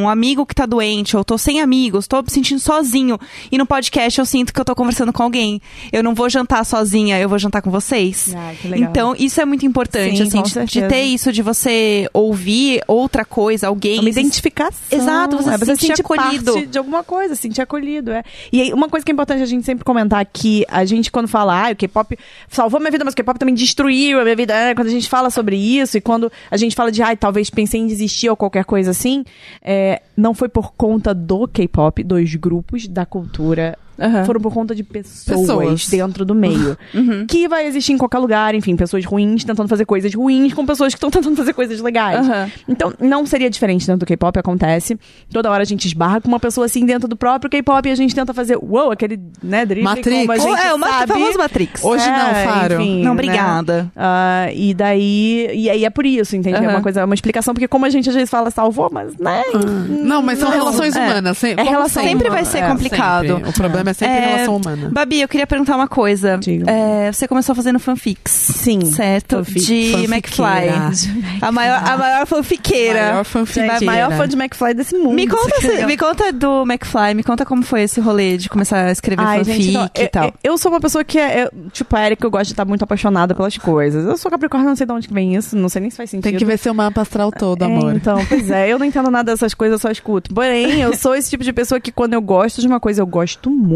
um amigo que tá doente, ou eu tô sem amigos, tô me sentindo sozinho. E no podcast eu sinto que eu tô conversando com alguém. Eu não vou jantar sozinha, eu vou jantar com vocês. Ah, que legal. Então, isso é muito importante, Sim, assim, com de, de certeza. ter isso, de você ouvir outra coisa, alguém. É uma se identificação. Exato, você é, se sentir sente acolhido. parte de alguma coisa, se sentir acolhido, é. E aí, uma coisa que é importante a gente sempre comentar aqui, a gente quando fala, ah, o K-pop salvou minha vida, mas o K-pop também destruiu a minha vida, é, quando a gente fala sobre isso e quando a gente fala de, ai, talvez pensei em desistir ou qualquer coisa assim, é, não foi por conta do K-pop, dos grupos, da cultura, Aham. foram por conta de pessoas, Pessoas. dentro <laughs> do meio. Uhum. Que vai existir em qualquer lugar, enfim, pessoas ruins tentando fazer coisas ruins com pessoas que estão <laughs> tentando fazer coisas legais. Aham. Então, não seria diferente dentro do K-pop, acontece. Toda hora a gente esbarra com uma pessoa assim dentro do próprio K-pop e a gente tenta fazer, uou, aquele, né, drible Matrix. como a Ou gente é, o ma- sabe. famoso Matrix. Hoje não, É, Faro. enfim, Não, né? obrigada. Ah, e daí, e aí é por isso, entendeu? É uma Aham. Ah, coisa, é uma explicação, porque como a gente às vezes fala salvou, mas, né, Ah. Não, mas são Não, relações é. humanas. se- É como relação Sempre humana. vai ser É, complicado. sempre. O problema é sempre É, relação humana. Babi, eu queria perguntar uma coisa. Diga. É, você começou fazendo fanfics, sim. certo? Fanfic- de fanfiqueira. McFly. A maior, a maior fanfiqueira. Maior fanfiqueira. Gente, é maior fã de McFly desse mundo. Me conta, Que se- legal. me conta do McFly, me conta como foi esse rolê de começar a escrever Ai, fanfic gente, então, e eu, tal. eu- eu sou uma pessoa que é, eu- tipo, a Erika, eu gosto de estar muito apaixonada pelas coisas. Eu sou Capricórnio, não sei de onde que vem isso, não sei nem se faz sentido. Tem que ver seu mapa astral todo, É, amor. então, pois é, eu não entendo nada dessas coisas, eu só escuto. Porém, eu sou esse tipo de pessoa que quando eu gosto de uma coisa, eu gosto muito.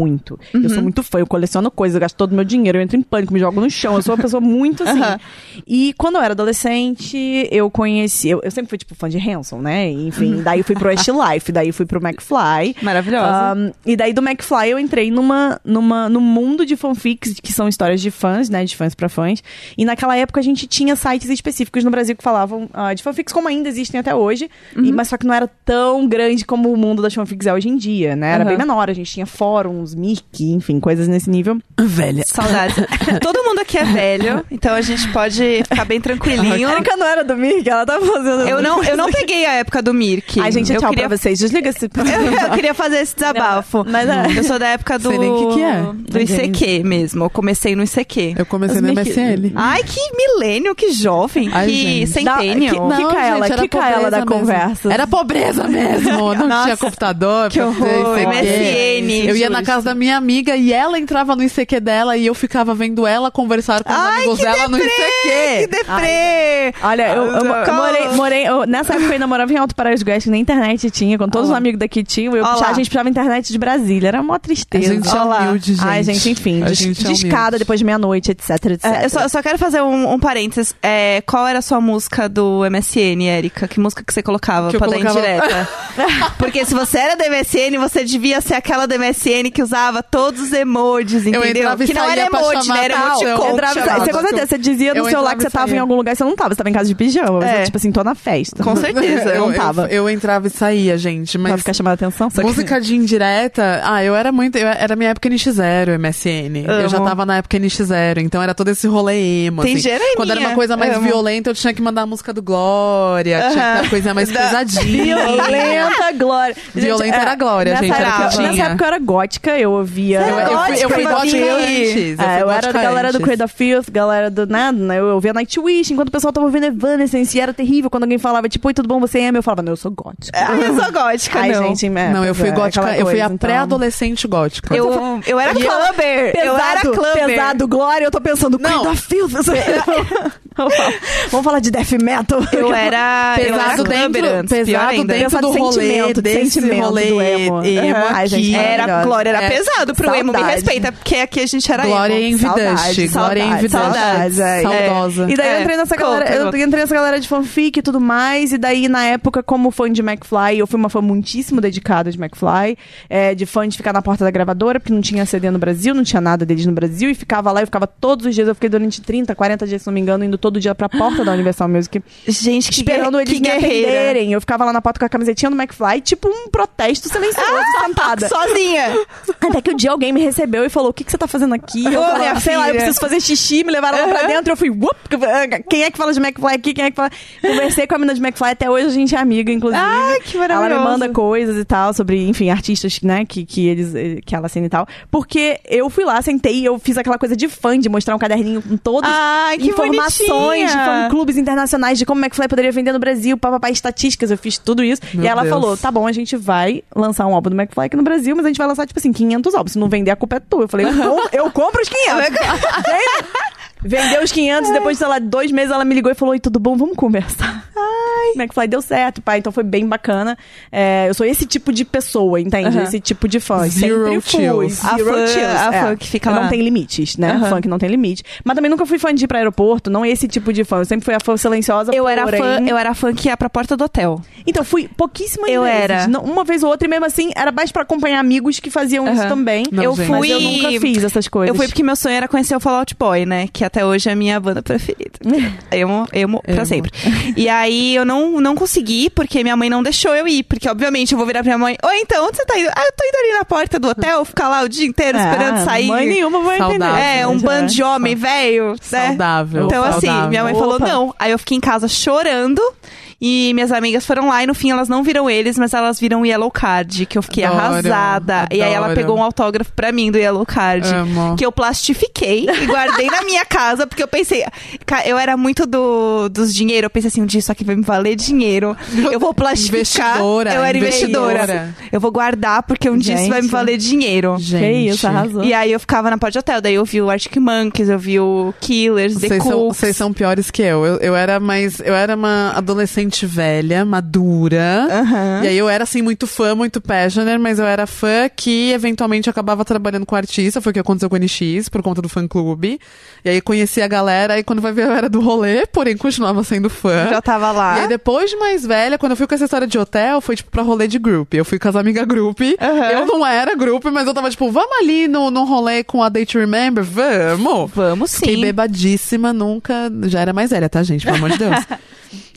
Eu sou muito fã, eu coleciono coisas, eu gasto todo o meu dinheiro, eu entro em pânico, me jogo no chão. Eu sou uma pessoa muito assim. Aham. E quando eu era adolescente, eu conheci. Eu, eu sempre fui, tipo, fã de Hanson, né? Enfim, daí eu fui pro Westlife, daí eu fui pro McFly. Maravilhosa. Ahn, e daí do McFly eu entrei numa, numa, no mundo de fanfics, que são histórias de fãs, né? De fãs pra fãs. E naquela época a gente tinha sites específicos no Brasil que falavam ah, de fanfics, como ainda existem até hoje. Uhum. E- mas só que não era tão grande como o mundo das fanfics é hoje em dia, né? Era Aham. bem menor. A gente tinha fóruns, Mirk, enfim, coisas nesse nível. Velha. <laughs> Saudades. Todo mundo aqui é velho, então a gente pode ficar <laughs> Ah, bem tranquilinho. A Erika não era do Mirk, ela tava fazendo. Eu não, eu não peguei a época do Mirk. Ai, gente, eu tchau queria pra vocês. <laughs> Desliga esse. Eu, eu queria fazer esse desabafo. Hum. Não, mas é. eu sou da época do. Sei nem o que que é. Do ICQ mesmo. Eu comecei no ICQ. Eu comecei As no minhas- MSL. Ai, que Ah, milênio, que jovem, Ai, que gente. centênio. Dá- que- Quica ela, era quica ela pobreza da mesmo. conversa. Era pobreza mesmo. Não Nossa, tinha computador. que pra fazer horror. isso aqui. MSN, é. Eu ia juro, na casa casa da minha amiga e ela entrava no ICQ dela e eu ficava vendo ela conversar com os Ai, amigos que dela no Que ICQ. deprê! Olha, eu, eu mo- Ah, morei, morei eu- nessa época eu ainda morava em Alto Paraíso do Oeste, nem internet tinha, quando todos Olha os lá. amigos daqui tinham, eu Olha puxava, lá. a gente puxava internet de Brasília, era uma A tristeza. gente é Olha lá. humilde, gente. Ai, gente, enfim, A dis- gente é humilde. discada depois de meia-noite, etc, etc. É, eu, só, eu só quero fazer um, um parênteses. É, qual era a sua música do MSN, Érica? Que música que você colocava Que eu pra colocava- <laughs> dar indireta? Porque se você era do MSN, você devia ser aquela do MSN que usava todos os emojis, entendeu? entrava e que não era saía pra emoji, chamar é um né? Era a atenção. emoticon. Eu entrava que entrava, e chamava. saía- você, com certeza, você dizia Eu no celular entrava que você e tava saía. em algum lugar, você não tava, você tava em casa de pijama, É. você, tipo assim, tô na festa. Com certeza, eu eu, não tava. eu, eu entrava e saía, gente, Pra mas ficar chamando a atenção. só que- Música de indireta, ah, eu era muito. eu- era minha época NX0, MSN. Eu Amo. já tava na época NX0, então era todo esse rolê emo. Tem assim. gera em Quando era minha. uma coisa mais Amo. violenta, eu tinha que mandar a música do Glória, tinha que Aham. dar uma coisa mais Da- pesadinha. <laughs> Violenta Glória. Gente, Violenta é, era a Glória, nessa gente, era época- o que eu Nessa tinha. época eu era gótica, eu ouvia. Você Eu, era eu fui, eu fui Gótica, gótica Babi. antes. É, eu fui era da gótica galera do antes. Creed of Filth, galera do nada, né? Eu ouvia Nightwish, enquanto o pessoal tava ouvindo Evanescence, e era terrível quando alguém falava, tipo, oi, tudo bom, você é? Eu falava, não, eu sou gótica. Ah, eu sou gótica, Ai, não. gente, <laughs> é, Não, eu fui é, gótica, aquela eu fui a coisa, então. pré-adolescente gótica. Eu, eu era E eu- clubber. Pesado, eu era clubber. pesado, Glória, eu tô pensando, Não. Creed of Filth. <laughs> Vamos falar de death metal. Eu era. eu era Pesado clubber dentro, antes, pior pesado ainda. dentro Pensar do de rolê, sentimento, de desse sentimento rolê do emo. emo Aham. Ai, aqui. gente, Era, Maravilhosa. Glória, era É. pesado pro emo. Me Saudade. respeita, porque aqui a gente era Glória emo. em Vidante. Glória Saudade, em saudade, Vidante. saudade, é. Saudosa. E daí É, eu entrei nessa conta, galera, eu conta. entrei nessa galera de fanfic e tudo mais, e daí na época, como fã de McFly, eu fui uma fã muitíssimo dedicada de McFly, é, de fã de ficar na porta da gravadora, porque não tinha CD no Brasil, não tinha nada deles no Brasil, e ficava lá, eu ficava todos os dias, eu fiquei durante 30, 40 dias, se não me engano, indo todo dia pra porta da Universal Music, Gente, <laughs> que esperando guerre- eles que me guerreira. atenderem. Eu ficava lá na porta com a camisetinha do McFly, tipo um protesto <laughs> silencioso, sentada. Sozinha. Até que o dia alguém me recebeu e falou: O que, que você tá fazendo aqui? Eu Ô, falei, minha sei lá, eu filha." preciso fazer xixi, me levaram lá pra dentro. Eu fui, "Uop, quem é que fala de McFly aqui? Quem é que fala? Conversei com a menina de McFly, até hoje a gente é amiga, inclusive. Ai, que ela Ah, maravilhoso. me manda coisas e tal, sobre, enfim, artistas, né, que, que eles. eh, que ela assina e tal. Porque eu fui lá, sentei, eu fiz aquela coisa de fã, de mostrar um caderninho com todos Ai, que informações de bonitinha. fã-clubes internacionais de como é o McFly poderia vender no Brasil, papapá, estatísticas, eu fiz tudo isso. Meu e ela Deus. falou, tá bom, a gente vai lançar um álbum do McFly aqui no Brasil, mas a gente vai lançar, tipo assim, 500 álbuns. Se não vender, a culpa é tua. Eu falei, eu, com- eu compro <laughs> os 500. Gente, Vendeu os 500 e depois, sei lá, dois meses ela me ligou e falou, oi, tudo bom? Vamos conversar. Ai. McFly deu certo, pai, então foi bem bacana. É, eu sou esse tipo de pessoa, entende? Aham. Esse tipo de fã. Zero Sempre fui. chills. A fã- a é. fã que fica lá. Não tem limites, né? Aham. Fã que não tem limite. Mas também nunca fui fã de ir pra aeroporto, não esse tipo de fã. Eu sempre fui a fã silenciosa. Eu era porém- fã, eu era fã que ia pra porta do hotel. Então, fui pouquíssimas Eu vezes. era. Não, uma vez ou outra, e mesmo assim, era mais pra acompanhar amigos que faziam isso Aham. também. Não, eu gente. fui. Mas eu nunca fiz essas coisas. Eu fui porque meu sonho era conhecer o Fallout Boy, né? Que até hoje é a minha <laughs> banda preferida. Emo, emo pra Emo. sempre. E aí eu não, não consegui, porque minha mãe não deixou eu ir. Porque, obviamente, eu vou virar pra minha mãe. Ou então, onde você tá indo? Ah, eu tô indo ali na porta do hotel, ficar lá o dia inteiro esperando Ah, sair. Mãe nenhuma vai Saudável. entender. É, um Mas, bando de homem velho. né? né? Saudável. Então, assim, saudável. minha mãe falou Opa. não. Aí eu fiquei em casa chorando. E minhas amigas foram lá e no fim elas não viram eles, mas elas viram o Yellow Card, que eu fiquei Adoro, arrasada. E aí ela adoro. pegou um autógrafo pra mim do Yellow Card. Amo. Que eu plastifiquei e guardei na minha casa, porque eu pensei, ca- eu era muito do, dos dinheiro, eu pensei assim, um dia isso aqui vai me valer dinheiro. Eu vou plastificar. Investidora, eu era investidora. investidora. Eu vou guardar, porque um dia isso vai me Gente. valer dinheiro. Gente. Que isso, arrasou. E aí eu ficava na porta de hotel, daí eu vi o Arctic Monkeys, eu vi o Killers, The Vocês são, Cooks. vocês são piores que eu. eu. Eu era mais. Eu era uma adolescente velha, madura. Aham. E aí eu era, assim, muito fã, muito passionate, mas eu era fã que eventualmente acabava trabalhando com artista. Foi o que aconteceu com o NX, por conta do fã clube. E aí conheci a galera, e quando vai ver eu era do rolê, porém continuava sendo fã. Já tá. tava E lá. aí, depois de mais velha, quando eu fui com essa história de hotel, foi tipo pra rolê de group. Eu fui com as amigas group. Aham. Eu não era group, mas eu tava tipo, vamos ali no, no rolê com a Day to Remember? Vamos! Vamos sim. Fiquei bebadíssima, nunca. Já era mais velha, tá, gente? Pelo amor de <laughs> Deus.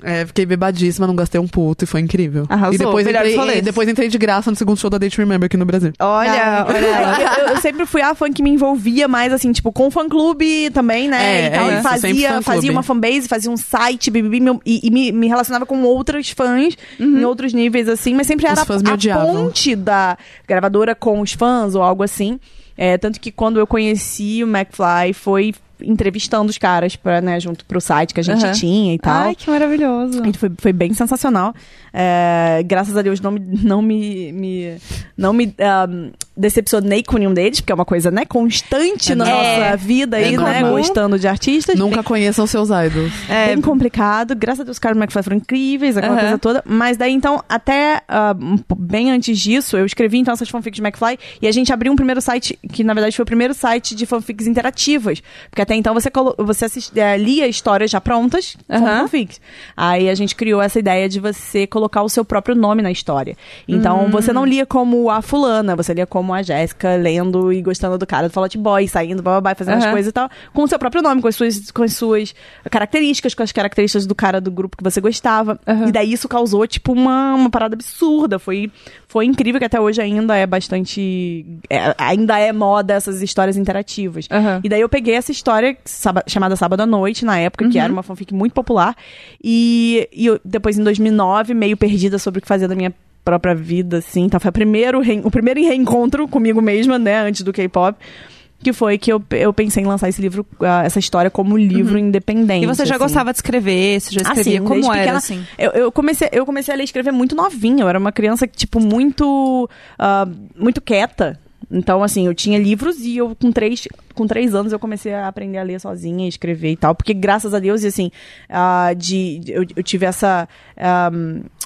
É, fiquei bebadíssima, não gastei um puto e foi incrível. Arrasou, e depois melhores entrei, rolês. e depois entrei de graça no segundo show da Date Remember aqui no Brasil. Olha, Ah, olha ela. eu, eu sempre fui a fã que me envolvia mais, assim, tipo, com fã clube também, né? É, e é tal. isso, E sempre fazia, fã-clube. fazia uma fanbase, fazia um site, bibibi, meu- e, e me, me relacionava com outros fãs em outros níveis, assim, mas sempre Uhum. Os era fãs me a odiavam. ponte da gravadora com os fãs ou algo assim. É, tanto que quando eu conheci o McFly foi entrevistando os caras pra, né, junto pro site que a gente Aham. tinha e tal. Ai, que maravilhoso. Gente, Foi, foi bem sensacional. É, graças a Deus não me, não me, me- não me ah, decepcionei com nenhum deles, porque é uma coisa, né, constante na normal. nossa vida aí, É né? normal. Gostando de artistas. Nunca conheçam seus idols. É bem complicado. Graças a Deus, os caras do McFly foram incríveis, aquela Aham. coisa toda. Mas daí, então, até ah, um po- bem antes disso, eu escrevi, então, essas fanfics de McFly. E a gente abriu um primeiro site, que na verdade foi o primeiro site de fanfics interativas. Porque até então você, colo- você assist- eh, lia histórias já prontas, como Aham. fanfics. Aí a gente criou essa ideia de você colocar o seu próprio nome na história. Então, Hum. você não lia como a fulana, você lia como a Jéssica, lendo e gostando do cara do Fall Out Boy, saindo, blá, blá, blá, e fazendo as Aham. coisas e tal, com o seu próprio nome, com as suas, com as suas características, com as características do cara do grupo que você gostava. E daí isso causou, tipo, uma, uma parada absurda. Foi, foi incrível que até hoje ainda é bastante. é, ainda é moda essas histórias interativas. Aham. E daí eu peguei essa história saba- chamada Sábado à Noite, na época, Uhum. que era uma fanfic muito popular. E, e eu, depois, em 2009, meio perdida sobre o que fazer da minha própria vida, assim. Então foi a primeiro rein- o primeiro reencontro comigo mesma, né, antes do K-pop. Uhum. Que foi que eu, eu pensei em lançar esse livro, ah, essa história, como livro independente. Uhum. E você já assim. gostava de escrever? Você já Ah, escrevia? sim, Como desde era, pequena- assim? Eu, eu comecei, eu comecei a ler e escrever muito novinha. Eu era uma criança, tipo, muito. ah, muito quieta. Então, assim, eu tinha livros e eu, com três, com três anos, eu comecei a aprender a ler sozinha, escrever e tal. Porque, graças a Deus, e assim, ah, de, eu, eu tive essa. ah,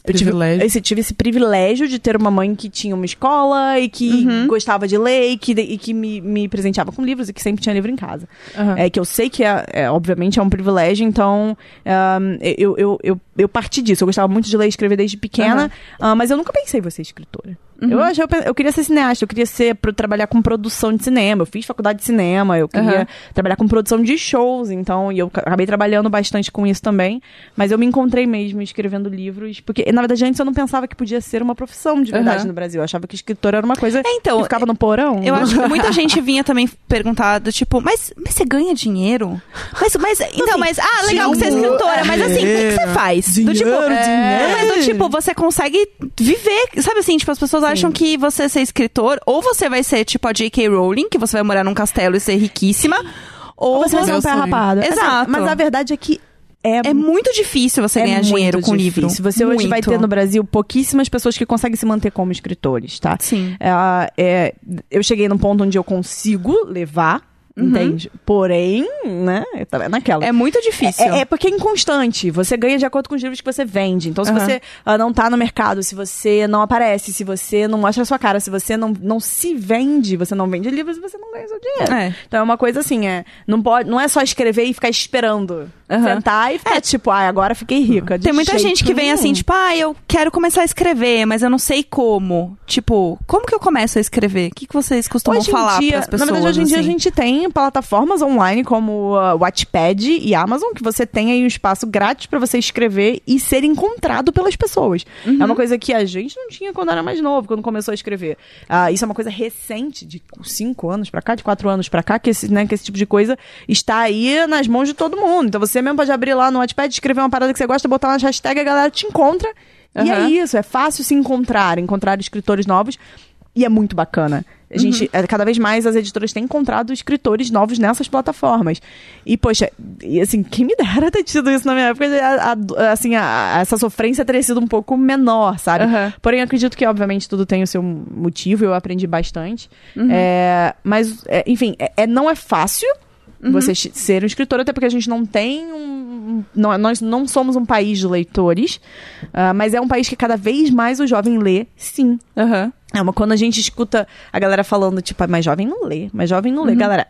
eu tive, Privilégio. esse, tive esse privilégio de ter uma mãe que tinha uma escola e que gostava de ler e que, e que me, me presenteava com livros e que sempre tinha livro em casa. É que eu sei que, é, é, obviamente, é um privilégio, então ahn, eu, eu, eu, eu parti disso. Eu gostava muito de ler e escrever desde pequena, ah, mas eu nunca pensei em ser escritora. Uhum. Eu, acho- eu, pe- eu queria ser cineasta, eu queria ser, pro- trabalhar com produção de cinema. Eu fiz faculdade de cinema, eu queria Aham. trabalhar com produção de shows, então, e eu ca- acabei trabalhando bastante com isso também. Mas eu me encontrei mesmo escrevendo livros, porque, na verdade, antes eu não pensava que podia ser uma profissão de verdade Aham. no Brasil. Eu achava que escritora era uma coisa É, então, que ficava no porão. Eu acho que <laughs> muita gente vinha também perguntar do tipo, mas, mas você ganha dinheiro? Mas, mas assim, então, mas ah, legal que você é dinheiro, escritora, mas assim, o que, que você faz? do tipo, dinheiro, é, dinheiro. mas do tipo, você consegue viver, sabe assim, tipo as pessoas acham que você ser escritor ou você vai ser tipo a J.K. Rowling, que você vai morar num castelo e ser riquíssima, ou Você vai ser um Meu pé sonho. rapado. Assim, Exato. Mas a verdade é que é, é muito difícil você é ganhar muito dinheiro com livro. difícil. Você hoje vai Muito. ter no Brasil pouquíssimas pessoas que conseguem se manter como escritores, tá? Sim. É, é, eu cheguei num ponto onde eu consigo levar, entende? Porém, né? Eu tava naquela. Uhum. É muito difícil. É, é porque é inconstante. Você ganha de acordo com os livros que você vende. Então, se Aham. você ah, não tá no mercado, se você não aparece, se você não mostra a sua cara, se você não, não se vende, você não vende livros, você não ganha seu dinheiro. É. Então é uma coisa assim, é. Não, pode, não é só escrever e ficar esperando. Aham. É. Sentar e ficar tipo, ai, agora fiquei rica. De Tem muita jeito gente que vem nenhum. assim, tipo, ah, eu quero começar a escrever, mas eu não sei como. Tipo, como que eu começo a escrever? O que, que vocês costumam Hoje em falar dia, pras pessoas? Na verdade, hoje em dia assim? a gente tem plataformas online como ah, Wattpad e Amazon, que você tem aí um espaço grátis pra você escrever e ser encontrado pelas pessoas. Uhum. É uma coisa que a gente não tinha quando era mais novo, quando começou a escrever. Ah, isso é uma coisa recente, de cinco anos pra cá, de quatro anos pra cá, que esse, né, que esse tipo de coisa está aí nas mãos de todo mundo. Então você mesmo pode abrir lá no Wattpad, escrever uma parada que você gosta, botar nas hashtags, a galera te encontra. E é Aham. isso, é fácil se encontrar, encontrar escritores novos. E é muito bacana. A gente, eh, cada vez mais as editoras têm encontrado escritores novos nessas plataformas. E, poxa, e assim, quem me dera <laughs> ter tido isso na minha época, a- a- assim, a- a- essa sofrência teria sido um pouco menor, sabe? Aham. Porém, eu acredito que, obviamente, tudo tem o seu motivo, eu aprendi bastante. Uhum. É, mas, é, enfim, é, é- não é fácil Uhum. você chi- ser um escritor, até porque a gente não tem um. não- nós não somos um país de leitores, ah, mas é um país que cada vez mais o jovem lê, sim. Aham. É uma quando a gente escuta a galera falando, tipo, "Ah, mas jovem não lê, mas jovem não lê. Galera,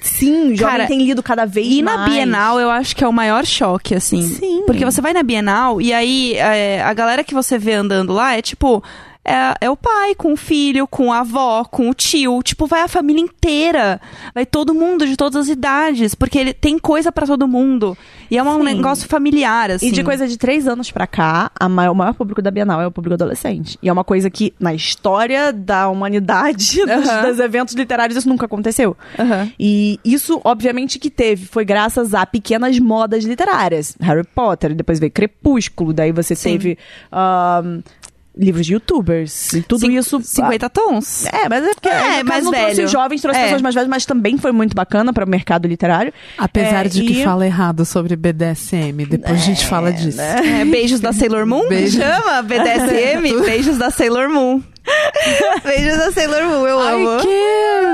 sim, jovem Uhum. Cara, tem lido cada vez E mais. na Bienal, eu acho que é o maior choque, assim. Sim. Porque você vai na Bienal e aí é, a galera que você vê andando lá é tipo. É, é o pai com o filho, com a avó, com o tio. Tipo, vai a família inteira. Vai todo mundo de todas as idades. Porque ele tem coisa pra todo mundo. E é um Sim. negócio familiar, assim. E de coisa de três anos pra cá, a ma- o maior público da Bienal é o público adolescente. E é uma coisa que, na história da humanidade, <laughs> dos, Aham. dos eventos literários, isso nunca aconteceu. Aham. E isso, obviamente, que teve foi graças a pequenas modas literárias. Harry Potter, depois veio Crepúsculo, daí você Sim. teve ahn, livros de youtubers. E tudo Cin- isso. ah, 50 tons. É, mas é porque É, é, mais não trouxe velho. jovens, trouxe É. pessoas mais velhas, mas também foi muito bacana para o mercado literário. Apesar É, de que e- fala errado sobre BDSM, depois a gente fala né? disso. É, beijos da é, Sailor Moon? que Beijos. Chama BDSM? Beijos da Sailor Moon. Beijos da Sailor Moon, eu amo. que...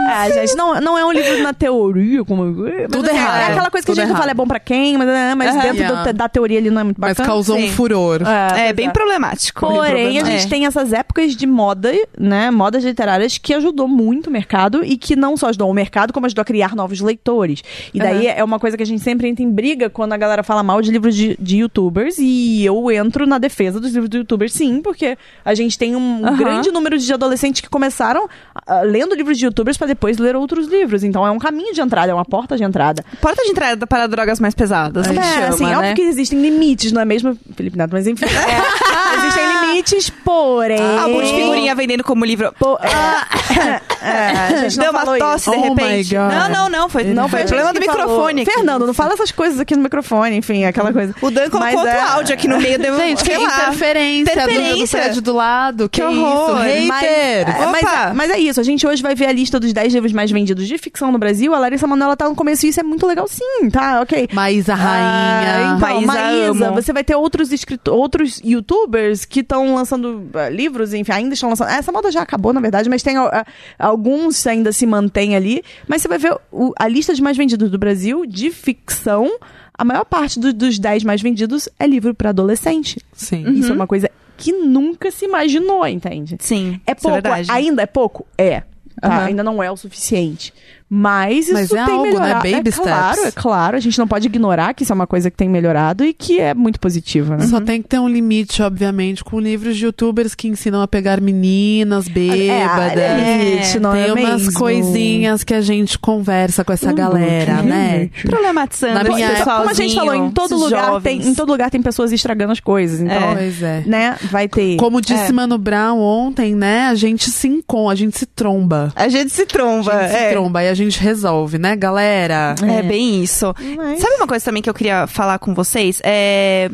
Ah, gente, não, não é um livro na teoria, como. mas Tudo assim, errado. É aquela coisa que Tudo a gente não errado. fala é bom pra quem, mas, né, mas Aham. dentro do- Yeah. da teoria ele não é muito Mas bacana. causou um Sim. furor. É, pois bem problemático. Porém, a É. gente tem essas épocas de moda, né? Modas literárias que ajudou muito o mercado e que não só ajudou o mercado, como ajudou a criar novos leitores. E daí é uma coisa que a gente sempre entra em briga quando a galera fala mal de livros de, de youtubers. E eu entro na defesa dos livros de youtubers, sim, porque a gente tem um Aham. grande número de adolescentes que começaram ah, lendo livros de youtubers pra depois ler outros livros. Então é um caminho de entrada, é uma porta de entrada. Porta de entrada para drogas mais pesadas. É, que É, chama, assim, né? óbvio que existem limites, não é mesmo, Felipe <laughs> Neto? Mas enfim. é, <laughs> existem limites, porém. Ah, um monte de figurinha vendendo como livro. Pô, <laughs> é, a gente não Deu falou uma isso. tosse de Oh my repente. God. Não, não, não. é, Foi, Não, não, foi foi a problema gente do que falou. microfone. aqui. Fernando, não fala essas coisas aqui no microfone, enfim, aquela coisa. O Dan colocou Mas outro é- áudio aqui no meio. Deu, <laughs> Gente, que sei lá. interferência, Do, do Interferência. prédio do lado. Que, Que horror. isso, Mas, hater. é, mas, Opa! mas é isso, a gente hoje vai ver a lista dos 10 livros mais vendidos de ficção no Brasil. A Larissa Manoela tá no começo e isso é muito legal sim, tá? Ok. Mas a Ah, rainha. então, Maísa Maísa, amo. você vai ter outros escrito- outros youtubers que estão lançando ah, livros, enfim, ainda estão lançando. Essa moda já acabou, na verdade, mas tem ah, alguns ainda se mantém ali. Mas você vai ver o- a lista de mais vendidos do Brasil de ficção. A maior parte do- dos 10 mais vendidos é livro para adolescente. Sim. Isso é uma coisa que nunca se imaginou, entende? Sim, isso É é pouco, verdade. ainda é pouco? É. tá? Aham. Ainda não é o suficiente. Mas isso Mas é tem algo, né? melhorado. Baby é claro, steps. é claro. A gente não pode ignorar que isso é uma coisa que tem melhorado e que é muito positiva, né? Só tem que ter um limite, obviamente, com livros de youtubers que ensinam a pegar meninas bêbadas. é, gente, não tem é umas mesmo? Uhum, coisinhas que a gente conversa com essa Tudo, galera, tudo. né? Na Problematizando esse minha época- pessoalzinho. Como a gente falou, em todo, esses lugar tem, jovens. em todo lugar tem pessoas estragando as coisas. Então, Pois é. né, vai ter. Como disse Mano Brown ontem, né? A gente se encontra, a gente se tromba. A gente se tromba. A gente é. se tromba e a gente resolve, né, galera? É, bem isso. Mas- Sabe uma coisa também que eu queria falar com vocês? É,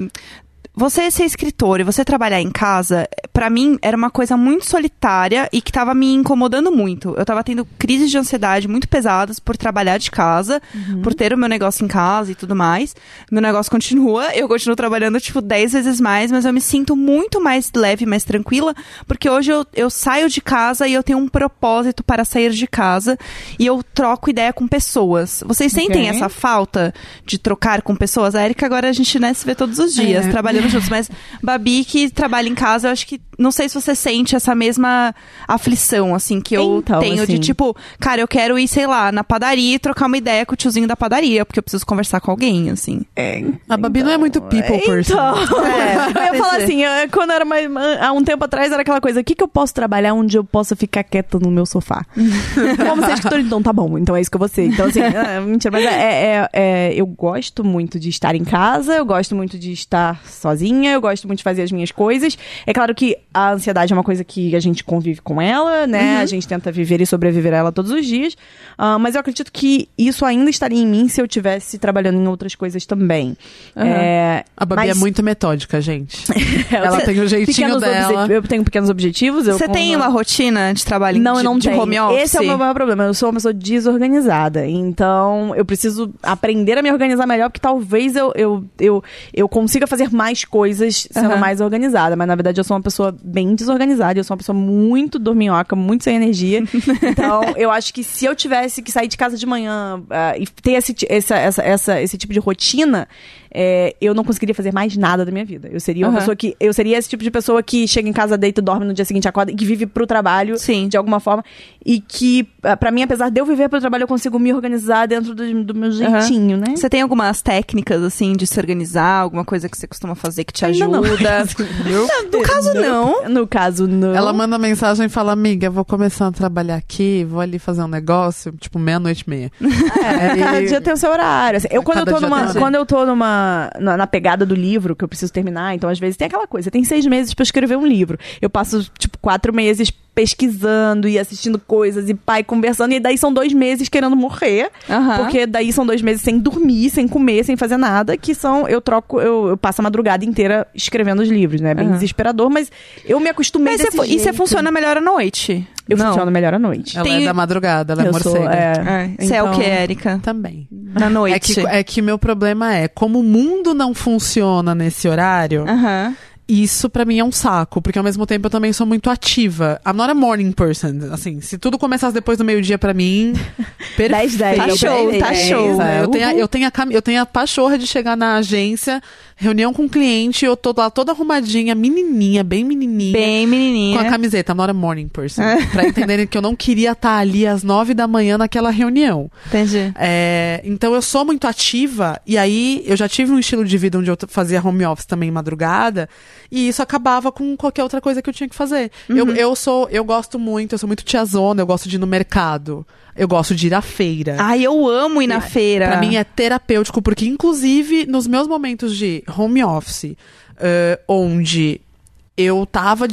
Você ser escritor e você trabalhar em casa, pra mim era uma coisa muito solitária e que tava me incomodando muito. Eu tava tendo crises de ansiedade muito pesadas por trabalhar de casa, Uhum. por ter o meu negócio em casa e tudo mais. Meu negócio <laughs> continua, eu continuo trabalhando tipo 10 vezes mais, mas eu me sinto muito mais leve, mais tranquila, porque hoje eu, eu saio de casa e eu tenho um propósito para sair de casa e eu troco ideia com pessoas. Vocês sentem Ok. essa falta de trocar com pessoas. A Erika agora a gente né, se vê todos os dias, É. trabalhando juntos. Mas Babi, que trabalha em casa, eu acho que. Não sei se você sente essa mesma aflição, assim, que eu Então, tenho assim. de tipo, cara, eu quero ir, sei lá, na padaria e trocar uma ideia com o tiozinho da padaria, porque eu preciso conversar com alguém, assim. A Babi não é muito people person. <laughs> Então, É, eu ia falar pois é. assim, eu- quando eu era mais. Há um tempo atrás era aquela coisa: o que, que eu posso trabalhar onde eu possa ficar quieta no meu sofá? Como ser escritor, então tá bom, então é isso que eu vou ser. Então, assim, ah, <laughs> mentira, mas é, é- é- eu gosto muito de estar em casa, eu gosto muito de estar sozinha, eu gosto muito de fazer as minhas coisas. É claro que a ansiedade é uma coisa que a gente convive com ela, né? A gente tenta viver e sobreviver a ela todos os dias. Ah, mas eu acredito que isso ainda estaria em mim se eu estivesse trabalhando em outras coisas também. É, A Babi é mas- É, muito metódica, <laughs> gente. Ela você- tem o jeitinho pequenos dela. obje- Eu tenho pequenos objetivos. Eu Você tem uma rotina de trabalho não, de, eu não de tenho. home office? Esse é o meu maior problema. Eu sou uma pessoa desorganizada. Então, eu preciso aprender a me organizar melhor, porque talvez eu, eu, eu, eu consiga fazer mais coisas sendo Aham. mais organizada. Mas, na verdade, eu sou uma pessoa bem desorganizada. Eu sou uma pessoa muito dorminhoca, muito <laughs> sem energia. então, eu acho que se eu tivesse que sair de casa de manhã ah, e ter esse, ti- essa, essa, essa- esse tipo de rotina, é, eu não conseguiria fazer mais nada da minha vida. Eu seria uma Aham. pessoa que. Eu seria esse tipo de pessoa que chega em casa, deita, dorme no dia seguinte, acorda e que vive pro trabalho Sim. de alguma forma. E que, ah, pra mim, apesar de eu viver pelo trabalho, eu consigo me organizar dentro do, do meu jeitinho, né? Você tem algumas técnicas, assim, de se organizar? Alguma coisa que você costuma fazer que te Ainda não. ajuda? <laughs> Não, no caso, não. No caso, não. Ela manda mensagem e fala, amiga, eu vou começar a trabalhar aqui, vou ali fazer um negócio, tipo, meia-noite e meia. <laughs> É, E- cada dia tem o seu horário. assim. eu, quando, Cada eu tô dia tem numa, o seu. quando eu tô numa. Na, na pegada do livro que eu preciso terminar, então às vezes tem aquela coisa, tem seis meses pra escrever um livro. Eu passo, tipo, quatro meses pesquisando e assistindo coisas e pai conversando, e daí são dois meses querendo morrer. Aham. Porque daí são dois meses sem dormir, sem comer, sem fazer nada, que são. Eu troco, eu, eu passo a madrugada inteira escrevendo os livros, né? É bem Aham. desesperador, mas eu me acostumei Mas você desse fu- e você jeito. funciona melhor à noite? Eu não. funciono melhor à noite. Ela Tem- é da madrugada, ela é um eu sou, morcega. É. é, Você é o então- que, Érica? Também. Na noite. É Ah. que, é que meu problema é, como o mundo não funciona nesse horário, Aham. isso pra mim é um saco, porque ao mesmo tempo eu também sou muito ativa. I'm not a morning person. Assim, se tudo começesse depois do meio-dia pra <laughs> mim, perfeito. 10, 10. Tá show, tá show. É, eu, tenho a, eu, tenho a, cam- eu tenho a pachorra de chegar na agência, reunião com o cliente, eu tô lá toda arrumadinha, menininha, bem menininha. Bem né? Ah. Com menininha. a camiseta, I'm not a morning person. Pra entenderem que eu não queria estar ali às nove da manhã naquela reunião. Entendi. É, então eu sou muito ativa e aí eu já tive um estilo de vida onde eu t- fazia home office também madrugada e isso acabava com qualquer outra coisa que eu tinha que fazer. Uhum. Eu, eu sou, eu gosto muito, eu sou muito tiazona, eu gosto de ir no mercado, eu gosto de ir à feira. Ai, eu amo ir na feira. Pra mim é terapêutico, porque inclusive nos meus momentos de home office, ãh, onde eu tava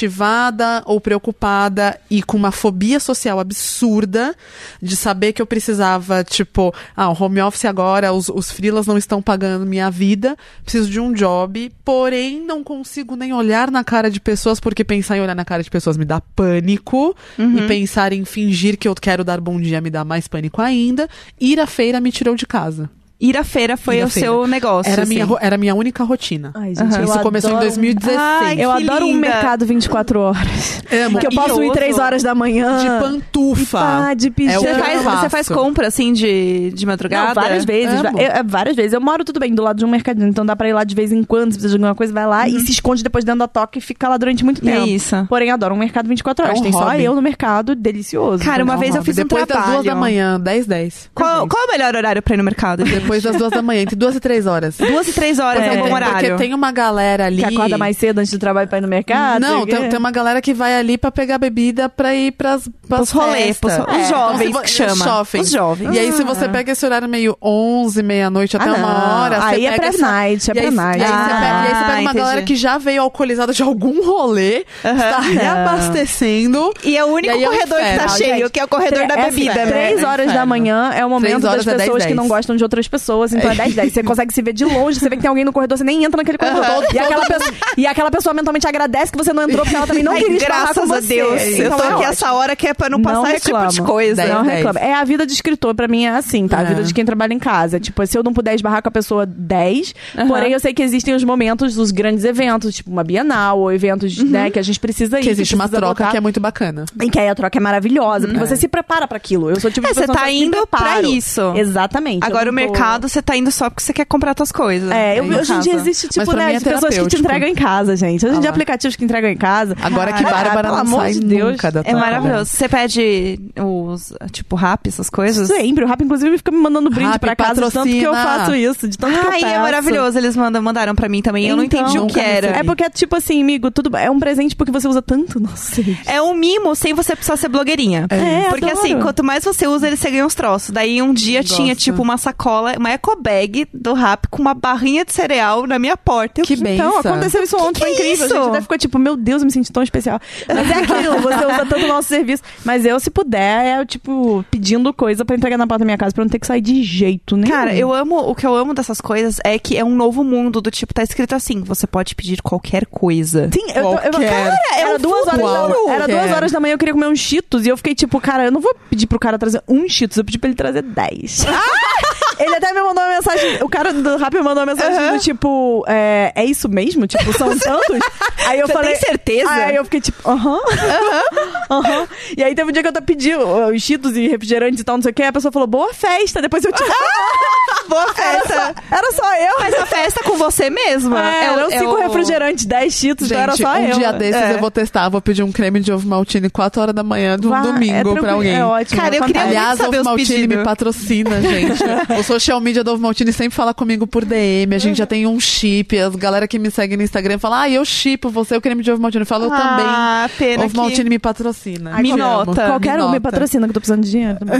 desmotivada ou preocupada e com uma fobia social absurda de saber que eu precisava, tipo, ah, o home office agora, os, os freelas não estão pagando minha vida, preciso de um job, porém não consigo nem olhar na cara de pessoas, porque pensar em olhar na cara de pessoas me dá pânico, Uhum. e pensar em fingir que eu quero dar bom dia me dá mais pânico ainda, ir à feira me tirou de casa. Ir à feira foi Ir à o feira. seu negócio. Era a assim. minha, ro- era a minha única rotina. Ai, gente, eu Isso começou em adoro- 2016. Ai, Eu Que adoro um linda. mercado 24 horas. Amo. Que eu E posso ir outro. 3 horas da Ah. manhã. de pantufa. Ah, de É o pijama. que Você faz, eu faço. você faz compra, assim, de, de madrugada? Não, várias vezes. Amo. va- eu- é, várias vezes. Eu moro, tudo bem, do lado de um mercadinho. Então dá pra ir lá de vez em quando, se precisa de alguma coisa, vai lá Uhum. e se esconde depois dentro da toca e fica lá durante muito É tempo. isso. Porém, adoro um mercado 24 horas. É um Tem só hobby. eu no mercado, delicioso. é Cara, uma vez eu fiz um Depois das trabalho. duas da manhã, 10, 10. Qual, qual é o melhor horário pra ir no mercado? <laughs> gente? Depois das duas da manhã, entre duas e três horas. Duas e três horas é, um bom horário. Porque tem uma galera ali. que acorda mais cedo antes do trabalho pra ir no mercado. Não, é sei o quê. tem, tem uma galera que vai ali pra pegar bebida pra ir pras, pras Os rolês, festas. pros ro- os jovens Então, se vo- que chama. Os jovens. Os jovens. E aí, se você pega esse horário meio 11, meia-noite até Ah, não. uma hora, Aí você é pega essa- pré-night, é E aí- pré-night. E aí, você pega, e aí você pega Ah, uma entendi. galera que já veio alcoolizada de algum rolê, está reabastecendo. E é o único E aí é um corredor que tá inferno, cheio, gente. que é o corredor da Tre- é assim, bebida, né? Três horas da manhã é o momento Três horas das é pessoas 10, que não 10. gostam de outras pessoas, então é 10, <laughs> 10. Você consegue se ver de longe, você vê que tem alguém no corredor, você nem entra naquele corredor. e, aquela pessoa, e aquela pessoa mentalmente agradece que você não entrou, porque ela também não Ai, queria estar com graças a você. Deus. eu Então tô é aqui ótimo. essa hora que é pra não passar esse tipo de reclama. coisa. Dez, Não dez. reclama. É a vida de escritor, pra mim é assim, tá? A É. vida de quem trabalha em casa. Tipo, se eu não puder esbarrar com a pessoa 10, Aham. porém eu sei que existem os momentos, os grandes eventos, tipo uma Bienal, ou eventos, Uhum. né, que a gente precisa ir. Que existe uma precisa troca botar. que é muito bacana. E que aí a troca é maravilhosa, porque você se prepara pra aquilo. Eu sou o tipo de É, você pessoa tá que indo me pra preparo. isso. Exatamente. eu Agora não o tô- mercado, você tá indo só porque você quer comprar suas coisas. É, eu, Em hoje em dia casa. existe, tipo, Mas pra né, mim é de pessoas que te terapêutico. entregam em casa, gente. Hoje em dia, Ah lá. aplicativos que entregam em casa. Agora que Ah, Bárbara pelo não amor sai de Deus. nunca da É troca. maravilhoso. Você pede os, tipo, rap, essas coisas? Sempre. O Rap, inclusive, fica me mandando brinde Rap, pra casa de tanto que eu patrocina. faço isso, de tanto que eu Ai, peço. é maravilhoso. Eles mandam, mandaram pra mim também. eu não Então, entendi o que nunca era. É recebi. porque, tipo assim, amigo, tudo é um presente porque você usa tanto, <laughs> não sei. É um mimo sem você precisar ser blogueirinha. É, Porque adoro. assim, quanto mais você usa, ele você ganha uns troços. Daí um dia Gosto. tinha, tipo, uma sacola, uma eco bag do rap com uma barrinha de cereal na minha porta. Eu Que bem. Então, aconteceu isso ontem, que foi incrível. isso? A gente até ficou tipo, meu Deus, eu me senti tão especial. Mas é aquilo, você usa tanto o nosso serviço. Mas eu, se puder, é tipo, pedindo coisa pra entregar na porta da minha casa pra eu não ter que sair de jeito nenhum. Cara, eu amo. O que eu amo dessas coisas é que é um novo mundo. Do tipo, tá escrito assim: você pode pedir qualquer coisa. Sim, eu, tô- eu Qualquer. cara, era É um duas horas da, futuro. era duas Qualquer. horas da manhã eu queria comer uns Cheetos e eu fiquei tipo, cara, eu não vou pedir pro cara trazer um Cheetos, eu pedi pra ele trazer dez. ele até me mandou uma mensagem, o cara do rap me mandou uma mensagem do tipo, é, é isso mesmo? Tipo, são tantos? Aí eu Você falei, tem certeza? Aí eu fiquei tipo, aham, aham. E aí teve um dia que eu até pedi ó, os Cheetos e refrigerantes e tal, não sei o que, a pessoa falou, boa festa, depois eu <laughs> tipo, <laughs> Boa festa! era só eu. Faz a festa com você mesma. É, o- eram cinco o- refrigerantes, dez Cheetos, Gente, então era só um eu. dia desses É. eu vou testar, vou pedir um creme de ovo maltine 4 horas da manhã de um Vá, é domingo pra tranquilo, alguém. É ótimo. Cara, eu acontece. queria muito Aliás, saber Ovo os Maltine pedidos. me patrocina, <laughs> gente. o social media do Ovo Maltine sempre fala comigo por DM. A gente já tem um chip. As galera que me segue no Instagram fala: Ah, eu chipo você, o creme de Ovo Maltine. Eu falo: Eu Ah, pena também. Ovo que- Maltine me patrocina. Ai, Te me amo. nota. Qualquer um me patrocina que eu tô precisando de dinheiro. também.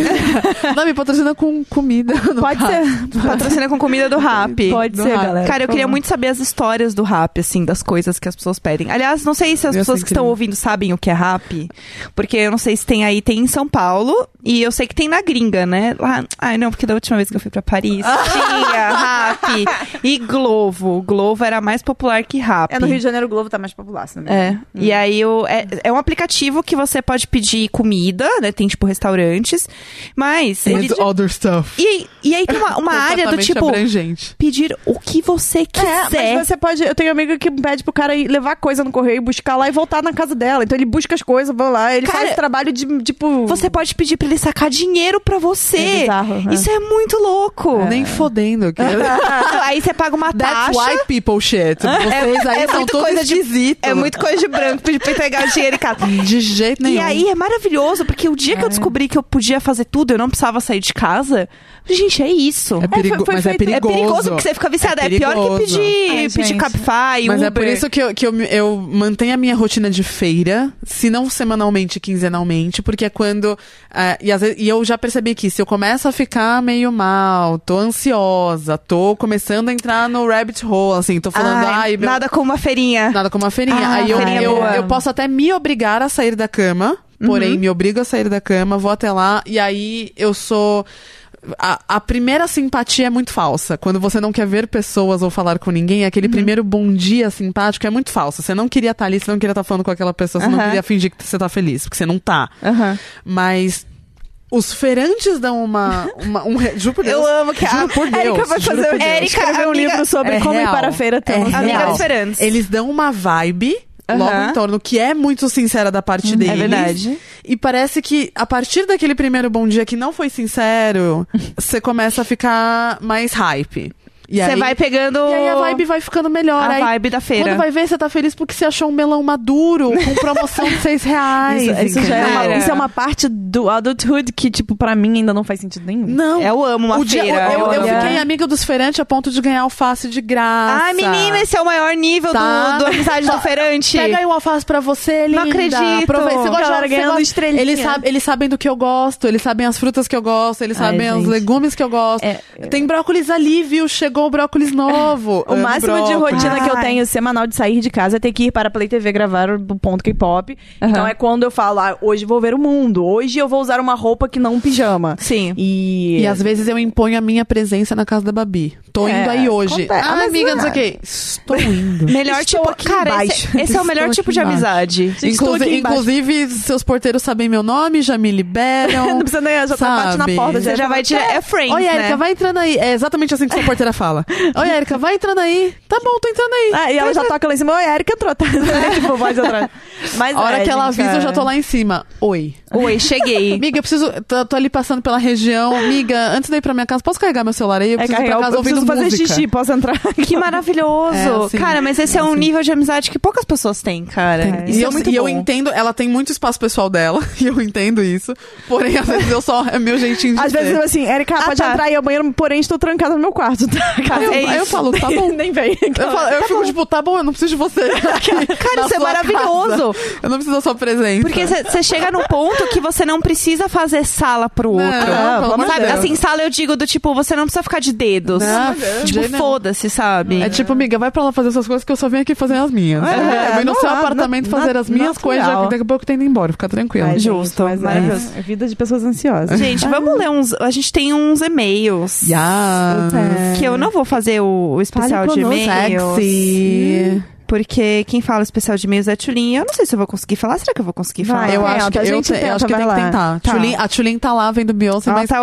Não, me patrocina com comida. <laughs> no Pode caso. ser. Patrocina com comida <laughs> do rap. Pode Do ser, rap. galera. Cara, eu por queria favor. muito saber as histórias do rap, assim, das coisas que as pessoas pedem. Aliás, não sei se Ia as ser pessoas que incrível. estão ouvindo sabem o que é rap, porque eu não sei se tem aí, tem em São Paulo, e eu sei que tem na gringa, né? Lá, ai, não, porque da última vez que eu fui pra <laughs> Paris, tinha rap e Globo. Globo era mais popular que rap. É, no Rio de Janeiro o Globo tá mais popular, se não me engano. É. E aí eu, é, é um aplicativo que você pode pedir comida, né? Tem tipo restaurantes, mas. ele With de- other stuff. <laughs> É E, aí- e aí tem uma, uma área do completamente tipo abrangente. pedir o que você É, quiser. mas você pode. Eu tenho amiga que pede pro cara ir levar coisa no correio, buscar lá e voltar na casa dela. Então ele busca as coisas, vai lá. Ele Cara, faz trabalho de, tipo. Você pode pedir pra ele sacar dinheiro pra você. É bizarro, né? Isso é muito louco. <laughs> Nem fodendo. que- Aí você paga uma That's taxa. É, white people shit. Vocês aí são muito todos coisa de- esquisitos. É muito coisa de branco pedir pra entregar o dinheiro em casa. De jeito <laughs> nenhum. É. E aí é maravilhoso, porque o dia que eu descobri que eu podia fazer tudo, eu não precisava sair de casa. Gente, é isso. É perigo- É, foi- foi mas é feito- é perigoso. É perigoso porque você fica viciada. É É, pior que perigoso. pedir, Ai, pedir gente. Cabify, Mas Uber. é por isso que, eu, que eu, me- eu mantenho a minha rotina de feira, se não semanalmente, quinzenalmente, porque é quando. ah, e, às vezes- e eu já percebi que se eu começo a ficar meio mal, tô ansiosa, tô começando a entrar no rabbit hole, assim, tô falando, ai, meu, nada, Nada como uma feirinha. como a feirinha. Ah, Aí eu, feirinha eu, boa. Uhum. eu posso até me obrigar a sair da cama, porém, me obrigo a sair da cama, vou até lá, e aí eu sou. A, a primeira simpatia é muito falsa. Quando você não quer ver pessoas ou falar com ninguém, aquele Uhum. primeiro bom dia simpático é muito falso. Você não queria estar ali, você não queria estar falando com aquela pessoa, você não Aham. queria fingir que você tá feliz, porque você não tá. Aham. Mas os feirantes dão uma. uma um, re- juro por Deus. Eu amo que a Juro por Deus, Erika vai juro fazer por o Deus. Erika, escrever um amiga- livro sobre É como ir real. para a feira É temos. Amiga real. dos feirantes. Eles dão uma vibe logo Aham. em torno, que é muito sincera da parte deles. É verdade. E parece que a partir daquele primeiro bom dia que não foi <laughs> sincero, você começa a ficar mais hype. E Você aí- vai pegando E aí a vibe vai ficando melhor. a aí, vibe da feira. Quando vai ver, você tá feliz porque você achou um melão maduro com promoção de 6 reais. Isso, isso já é entendeu? uma, Cara. isso é uma parte do adulthood que, tipo, pra mim ainda não faz sentido nenhum. um- Não. Eu amo é uma o dia, feira. eu, eu amo. fiquei amiga dos feirantes a ponto de ganhar alface de graça. Ai, menina, esse é o maior nível Tá. do, do amizade do feirante. Pega aí um alface pra você, linda. Não acredito. Aproveita. Você gosta Galera de ganhando você gosta... estrelinha. eles, sabe- eles sabem do que eu gosto, eles sabem as frutas que eu gosto, eles Ai, sabem os gente. legumes que eu gosto. É, É, Tem brócolis ali, viu? Chegou o brócolis novo. O Amo máximo de brócolis. Ah. rotina que eu Ai. tenho semanal de sair de casa é ter que ir para a Play TV gravar o ponto K-pop. Então é quando eu falo, ah, hoje vou ver o mundo, hoje eu vou usar uma roupa que não um pijama. Sim. E, E às vezes eu imponho a minha presença na casa da Babi. Tô É, indo aí hoje. acontece. Ah, Mas amiga, não sei o não é. quê. Estou <laughs> indo. Melhor Estou tipo. aqui Cara, esse- embaixo. esse, é o melhor Estou tipo aqui de embaixo. amizade. estou Inclusive, aqui embaixo. inclusive, seus porteiros sabem meu nome, já me liberam. <laughs> não precisa nem, já tá bate na Sabe. porta, Você já vai tirar. É friends, Oi, Erika, né? vai entrando aí. É exatamente assim que sua porteira fala. Oi, Erika, vai entrando aí. Tá bom, tô entrando aí. Ah, e ela já toca lá em cima, oi, a Erika entrou, tá? <laughs> tipo, voz atrás. Mas A hora é, que ela gente, avisa, eu já tô é. lá em cima. Oi. Oi, <laughs> cheguei. Amiga, eu preciso. Tô, tô ali passando pela região. Amiga, antes de eu ir pra minha casa, posso carregar meu celular aí? Eu É preciso ir carregar, pra casa eu preciso ouvindo fazer música. xixi, posso <laughs> entrar? que maravilhoso. É, assim, cara, mas esse é um assim. nível de amizade que poucas pessoas têm, cara. Tem- Isso e é eu, muito e bom. eu entendo, ela tem muito espaço pessoal dela, <laughs> e eu entendo isso. Porém, às vezes eu só. É meu jeitinho de Às ser. vezes eu assim, Erika, Ah, pode tá. entrar aí ao banheiro, um porém estou trancada no meu quarto, tá? Cara, eu, é aí eu isso. falo, tá bom. <laughs> Nem vem. Eu, falo- eu fico tipo, tá bom, eu não preciso de <laughs> você. aqui Cara, na isso é sua maravilhoso. casa. Eu não preciso da sua presença. Porque você chega num ponto que você não precisa fazer sala pro outro. Não, Ah, pelo amor de sabe? Deus. Assim, sala eu digo do tipo, você não precisa ficar de dedos. Não, tipo, de não. foda-se, sabe? É tipo, amiga, vai pra lá fazer essas coisas que eu só venho aqui fazer as minhas. É, eu venho no não, seu na- apartamento na- fazer as minhas natural. coisas, já que daqui a pouco tá indo embora, fica tranquilo. Ai, gente, Justo, mas é maravilhoso. isso. Vida de pessoas ansiosas. Gente, vamos ler uns. A gente tem uns e-mails. Ah, é. Yes. Que eu não vou fazer o, o especial Fale de Hum. conosco. e-mails. Sexy. Porque quem fala especial de e-mails é a Tulinha. Eu não sei se eu vou conseguir falar. Será que eu vou conseguir eu falar? Vai, tenta, acho que, a eu, gente te- eu tenta, acho que vai tem que lá. tentar. Tá. Tulin- a Tulin tá lá vendo Beyoncé, Ela mas tá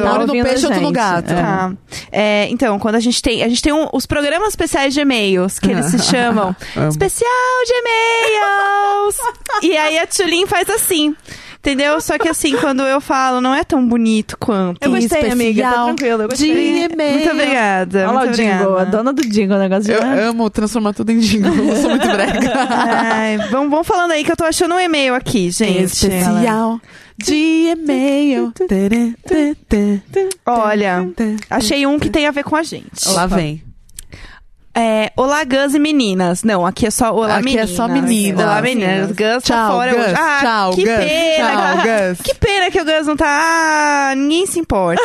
o olho do ouvindo a peixe outro no gente. gato. Tá. É, então, quando a gente tem. A gente tem um- os programas especiais de e-mails, que <laughs> eles se chamam Amo. Especial de e-mails! e aí a Tulin faz assim. Entendeu? Só que assim, quando eu falo, não é tão bonito quanto. Eu gostei, especial amiga. Tá tranquilo, de eu gostei. e-mail. Muito obrigada. Olha lá muito o jingle, a obrigada. dona do jingle, o negócio Eu de... amo transformar tudo em jingle, eu sou muito <laughs> brega. Ai, vamos, vamos falando aí que eu tô achando um e-mail aqui, Ah, gente. Especial de e-mail. Tê, tê, tê, Olha, tê. achei um que tem a ver com a gente. Lá vem. É, olá, Gans e meninas. Não, aqui é só olá, Aqui é meninas. só meninas. Olá, meninas. Gans tá Tchau, fora Gus. hoje. Ah, Tchau, que Gus. pena. <laughs> Tchau, cara. Gus. Que pena que o Gans não tá. Ah, ninguém <laughs> se importa.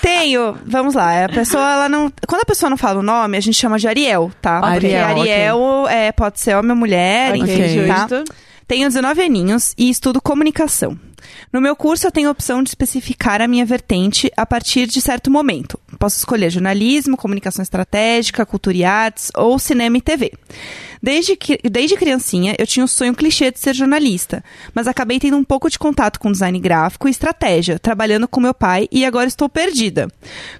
Tenho, vamos lá. A pessoa, ela não. Quando a pessoa não fala o nome, a gente chama de Ariel, tá? Porque Ariel, Ariel é, pode ser homem ou mulher, Ok, enfim, tá? justo. Tenho 19 aninhos e estudo comunicação. No meu curso, eu tenho a opção de especificar a minha vertente a partir de certo momento. Posso escolher jornalismo, comunicação estratégica, cultura e artes ou cinema e TV. Desde, que, desde criancinha, eu tinha o sonho clichê de ser jornalista, mas acabei tendo um pouco de contato com design gráfico e estratégia, trabalhando com meu pai e agora estou perdida.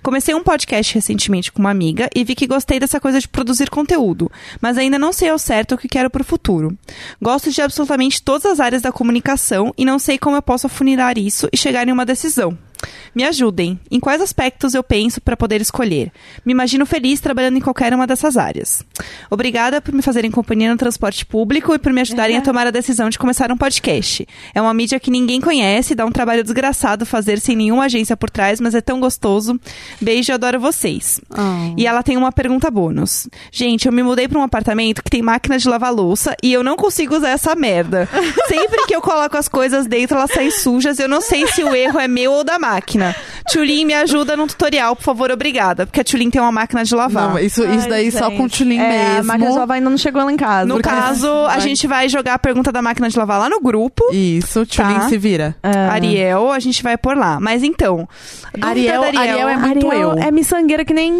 Comecei um podcast recentemente com uma amiga e vi que gostei dessa coisa de produzir conteúdo, mas ainda não sei ao certo o que quero para o futuro. Gosto de absolutamente todas as áreas da comunicação e não sei como eu posso afunilar isso e chegar em uma decisão. Me ajudem. Em quais aspectos eu penso para poder escolher? Me imagino feliz trabalhando em qualquer uma dessas áreas. Obrigada por me fazerem companhia no transporte público e por me ajudarem a tomar a decisão de começar um podcast. É uma mídia que ninguém conhece, dá um trabalho desgraçado fazer sem nenhuma agência por trás, mas é tão gostoso. Beijo, eu adoro vocês. E ela tem uma pergunta bônus. Gente, eu me mudei para um apartamento que tem máquina de lavar louça e eu não consigo usar essa merda. Sempre que eu coloco as coisas dentro, elas saem sujas. Eu não sei se o erro é meu ou da máquina. Tulin, me ajuda num tutorial, por favor, obrigada. Porque a Tulin tem uma máquina de lavar. Não, isso, isso Ai, daí só gente. com o Tulin É, a máquina de mesmo. lavar ainda não chegou lá em casa. No Porque- caso, a Vai. gente vai jogar a pergunta da máquina de lavar lá no grupo. Isso, o Tulin Tá. se vira. É. Ariel, a gente vai por lá. Mas então, dúvida Ariel- da Ariel, Ariel é muito- Ariel eu. é miçangueira que nem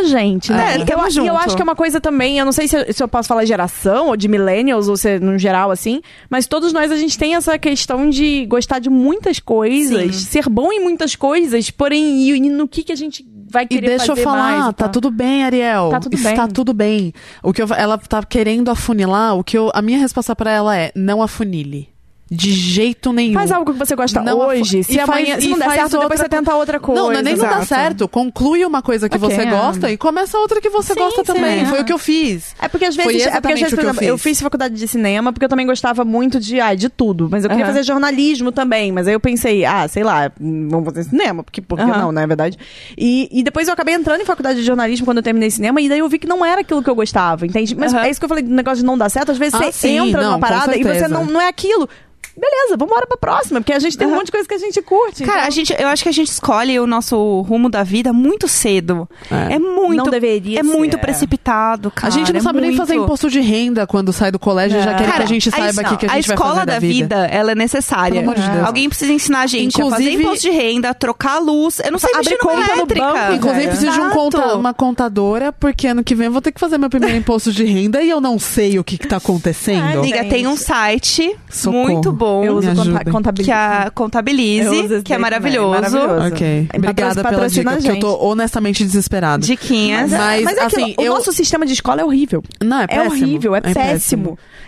a gente, É, né? eu, tamo a- e junto. eu acho que é uma coisa também, eu não sei se, se eu posso falar geração ou de millennials ou se no geral assim, mas todos nós a gente tem essa questão de gostar de muitas coisas, Sim. ser bom em muitas coisas, porém e, e no que que a gente vai E querer deixa eu fazer falar, mais e tá tal. tudo bem, Ariel. Tá tudo Isso bem. Tá tudo bem. O que eu- ela tá querendo afunilar, o que eu, a minha resposta pra ela é: não afunile. De jeito nenhum. Faz algo que você gosta Não hoje, afu- se e faz- amanhã, se e não der faz certo, depois outra você tenta outra coisa. Não, não é nem não dá exato. certo. Conclui uma coisa que Ok, você é. gosta e começa outra que você Sim, gosta sim, também. é. Foi o que eu fiz. É porque às Foi vezes, é porque exatamente às vezes o por que eu exemplo, eu, fiz. fiz faculdade de cinema porque eu também gostava muito de, ah, de tudo, mas eu queria Aham. fazer jornalismo também, mas aí eu pensei, ah, sei lá, hum, vamos fazer cinema, porque por que Aham. não, na verdade. E, e depois eu acabei entrando em faculdade de jornalismo quando eu terminei cinema e daí eu vi que não era aquilo que eu gostava, entende? Mas Aham. é isso que eu falei do negócio de não dar certo, às vezes Ah, você sim, entra não, numa com parada e você certeza. não, não é aquilo. Beleza, vamos embora pra próxima, porque a gente tem um monte de coisa que a gente curte. então Cara, a gente, eu acho que a gente escolhe o nosso rumo da vida muito cedo. É, muito. Não deveria É muito ser. precipitado, cara. a gente não é sabe nem muito- fazer imposto de renda quando sai do colégio, É. já querem que a gente saiba es- aqui que a a gente vai escola fazer da da vida. ela é necessária. Pelo amor de Deus. Alguém precisa ensinar a gente a fazer Inclusive- imposto de renda, a trocar a luz. Eu não sei Abre mexer numa conta no elétrica. banco, Inclusive, Cara. preciso de um Exato. conta- uma contadora, porque ano que vem eu vou ter que fazer meu primeiro imposto de renda e eu não sei o que, que tá acontecendo. Ai, Amiga, tem um site Socorro. muito bom eu uso me conta- ajudem. que contabilidade. a Eu uso contabilize, esse que é daí também, maravilhoso. maravilhoso. Ok. Patro- Obrigada pela patrocina dica, a porque eu gente. tô honestamente desesperada. Diquinhas. Mas, Mas é aquilo, assim, o eu- nosso sistema de escola é horrível. Não, é, É péssimo. horrível, é, péssimo.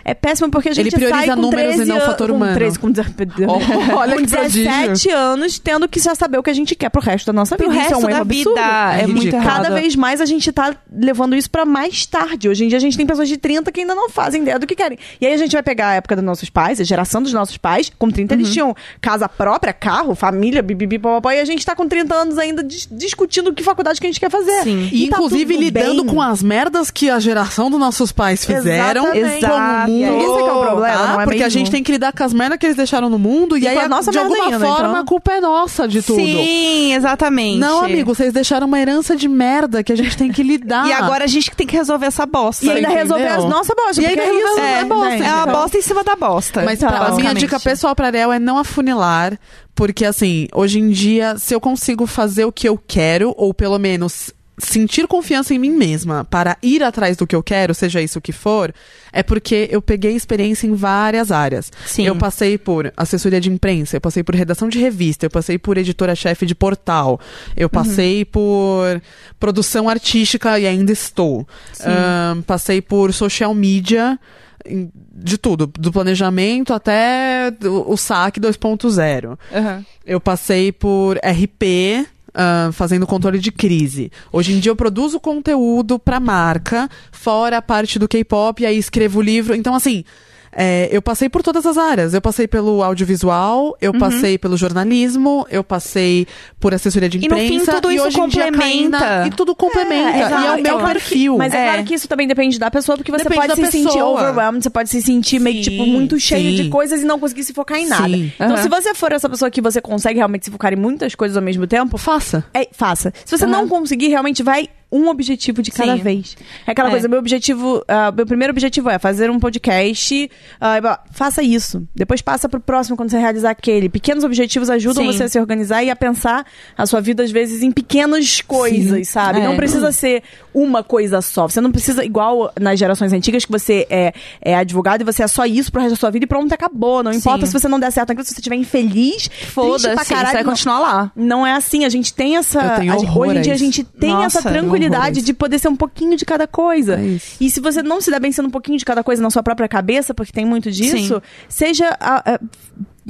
É péssimo porque a gente Ele prioriza sai com números e 13 não an- fator com humano. 13, com 10 Oh, olha com que prodígio. 17 anos, tendo que já saber o que a gente quer pro resto da nossa Pro vida. isso é resto um erro da vida. absurdo. É, É muito ridículo. errado. Cada vez mais a gente tá levando isso pra mais tarde. Hoje em dia a gente tem pessoas de 30 que ainda não fazem ideia do que querem. E aí a gente vai pegar a época dos nossos pais, a geração dos nossos pais. Com 30 Uhum. eles tinham casa própria, carro, família, bibibi, popopó. E a gente tá com 30 anos ainda dis- discutindo que faculdade que a gente quer fazer. Sim. E, tá inclusive, tudo lidando bem. com as merdas que a geração dos nossos pais fizeram. Exatamente. Como o Exato. mundo. Esse que é o problema, tá? não é Porque a mesmo? gente tem que lidar com as merdas que eles deixaram no mundo. E, E aí, com a nossa de merda alguma ainda, forma, então. a culpa é nossa de tudo. Sim, exatamente. Não, amigo, Ah. vocês deixaram uma herança de merda que a gente <laughs> tem que lidar. E agora a gente que tem que resolver essa bosta. E ainda Entendeu? resolver as nossas bostas. E porque ainda é isso, resolver é, as bosta, é uma então. bosta em cima da bosta. Mas Então, pra- a minha basicamente. dica pessoal pra Ariel é não afunilar, porque assim, hoje em dia, se eu consigo fazer o que eu quero, ou pelo menos sentir confiança em mim mesma para ir atrás do que eu quero, seja isso o que for, é porque eu peguei experiência em várias áreas. Sim. Eu passei por assessoria de imprensa, eu passei por redação de revista, eu passei por editora-chefe de portal, eu passei por produção artística e ainda estou. Ahn, passei por social media, em- de tudo, do planejamento até do- o saque 2.0. Aham. Eu passei por RP, ah, fazendo controle de crise. Hoje em dia eu produzo conteúdo pra marca, fora a parte do K-pop, e aí escrevo livro. Então, assim. é, eu passei por todas as áreas. Eu passei pelo audiovisual, eu Uhum. passei pelo jornalismo, eu passei por assessoria de E no imprensa. fim, tudo isso hoje em dia cai na- complementa. e tudo complementa. e é exato. o meu É claro perfil. Mas É. é. claro que isso também depende da pessoa, porque você Depende pode da se sentir pessoa. overwhelmed, você pode se sentir meio que, Sim, tipo, muito cheio sim. de coisas e não conseguir se focar em nada. Sim. Então, Aham. se você for essa pessoa que você consegue realmente se focar em muitas coisas ao mesmo tempo, Faça. é- faça. Se você não conseguir, realmente vai um objetivo de cada Sim. vez. É aquela É. coisa, meu objetivo, ah, meu primeiro objetivo é fazer um podcast, ah, e blá, faça isso. Depois passa pro próximo quando você realizar aquele. Pequenos objetivos ajudam Sim. você a se organizar e a pensar a sua vida às vezes em pequenas coisas, Sim. sabe? É. Não precisa ser uma coisa só. Você não precisa igual nas gerações antigas que você é, é advogado e você é só isso pro resto da sua vida e pronto, acabou. Não importa Sim. se você não der certo naquilo, se você estiver infeliz, triste pra Foda-se, você caralho, vai não- continuar lá. não é assim, a gente tem essa. Eu tenho a gente- horror hoje a em dia a isso. gente tem Nossa, essa eu tenho horror a tranquilidade isso. de poder ser um pouquinho de cada coisa. É isso. E se você não se dá bem sendo um pouquinho de cada coisa na sua própria cabeça, porque tem muito disso, Sim. seja. a- a-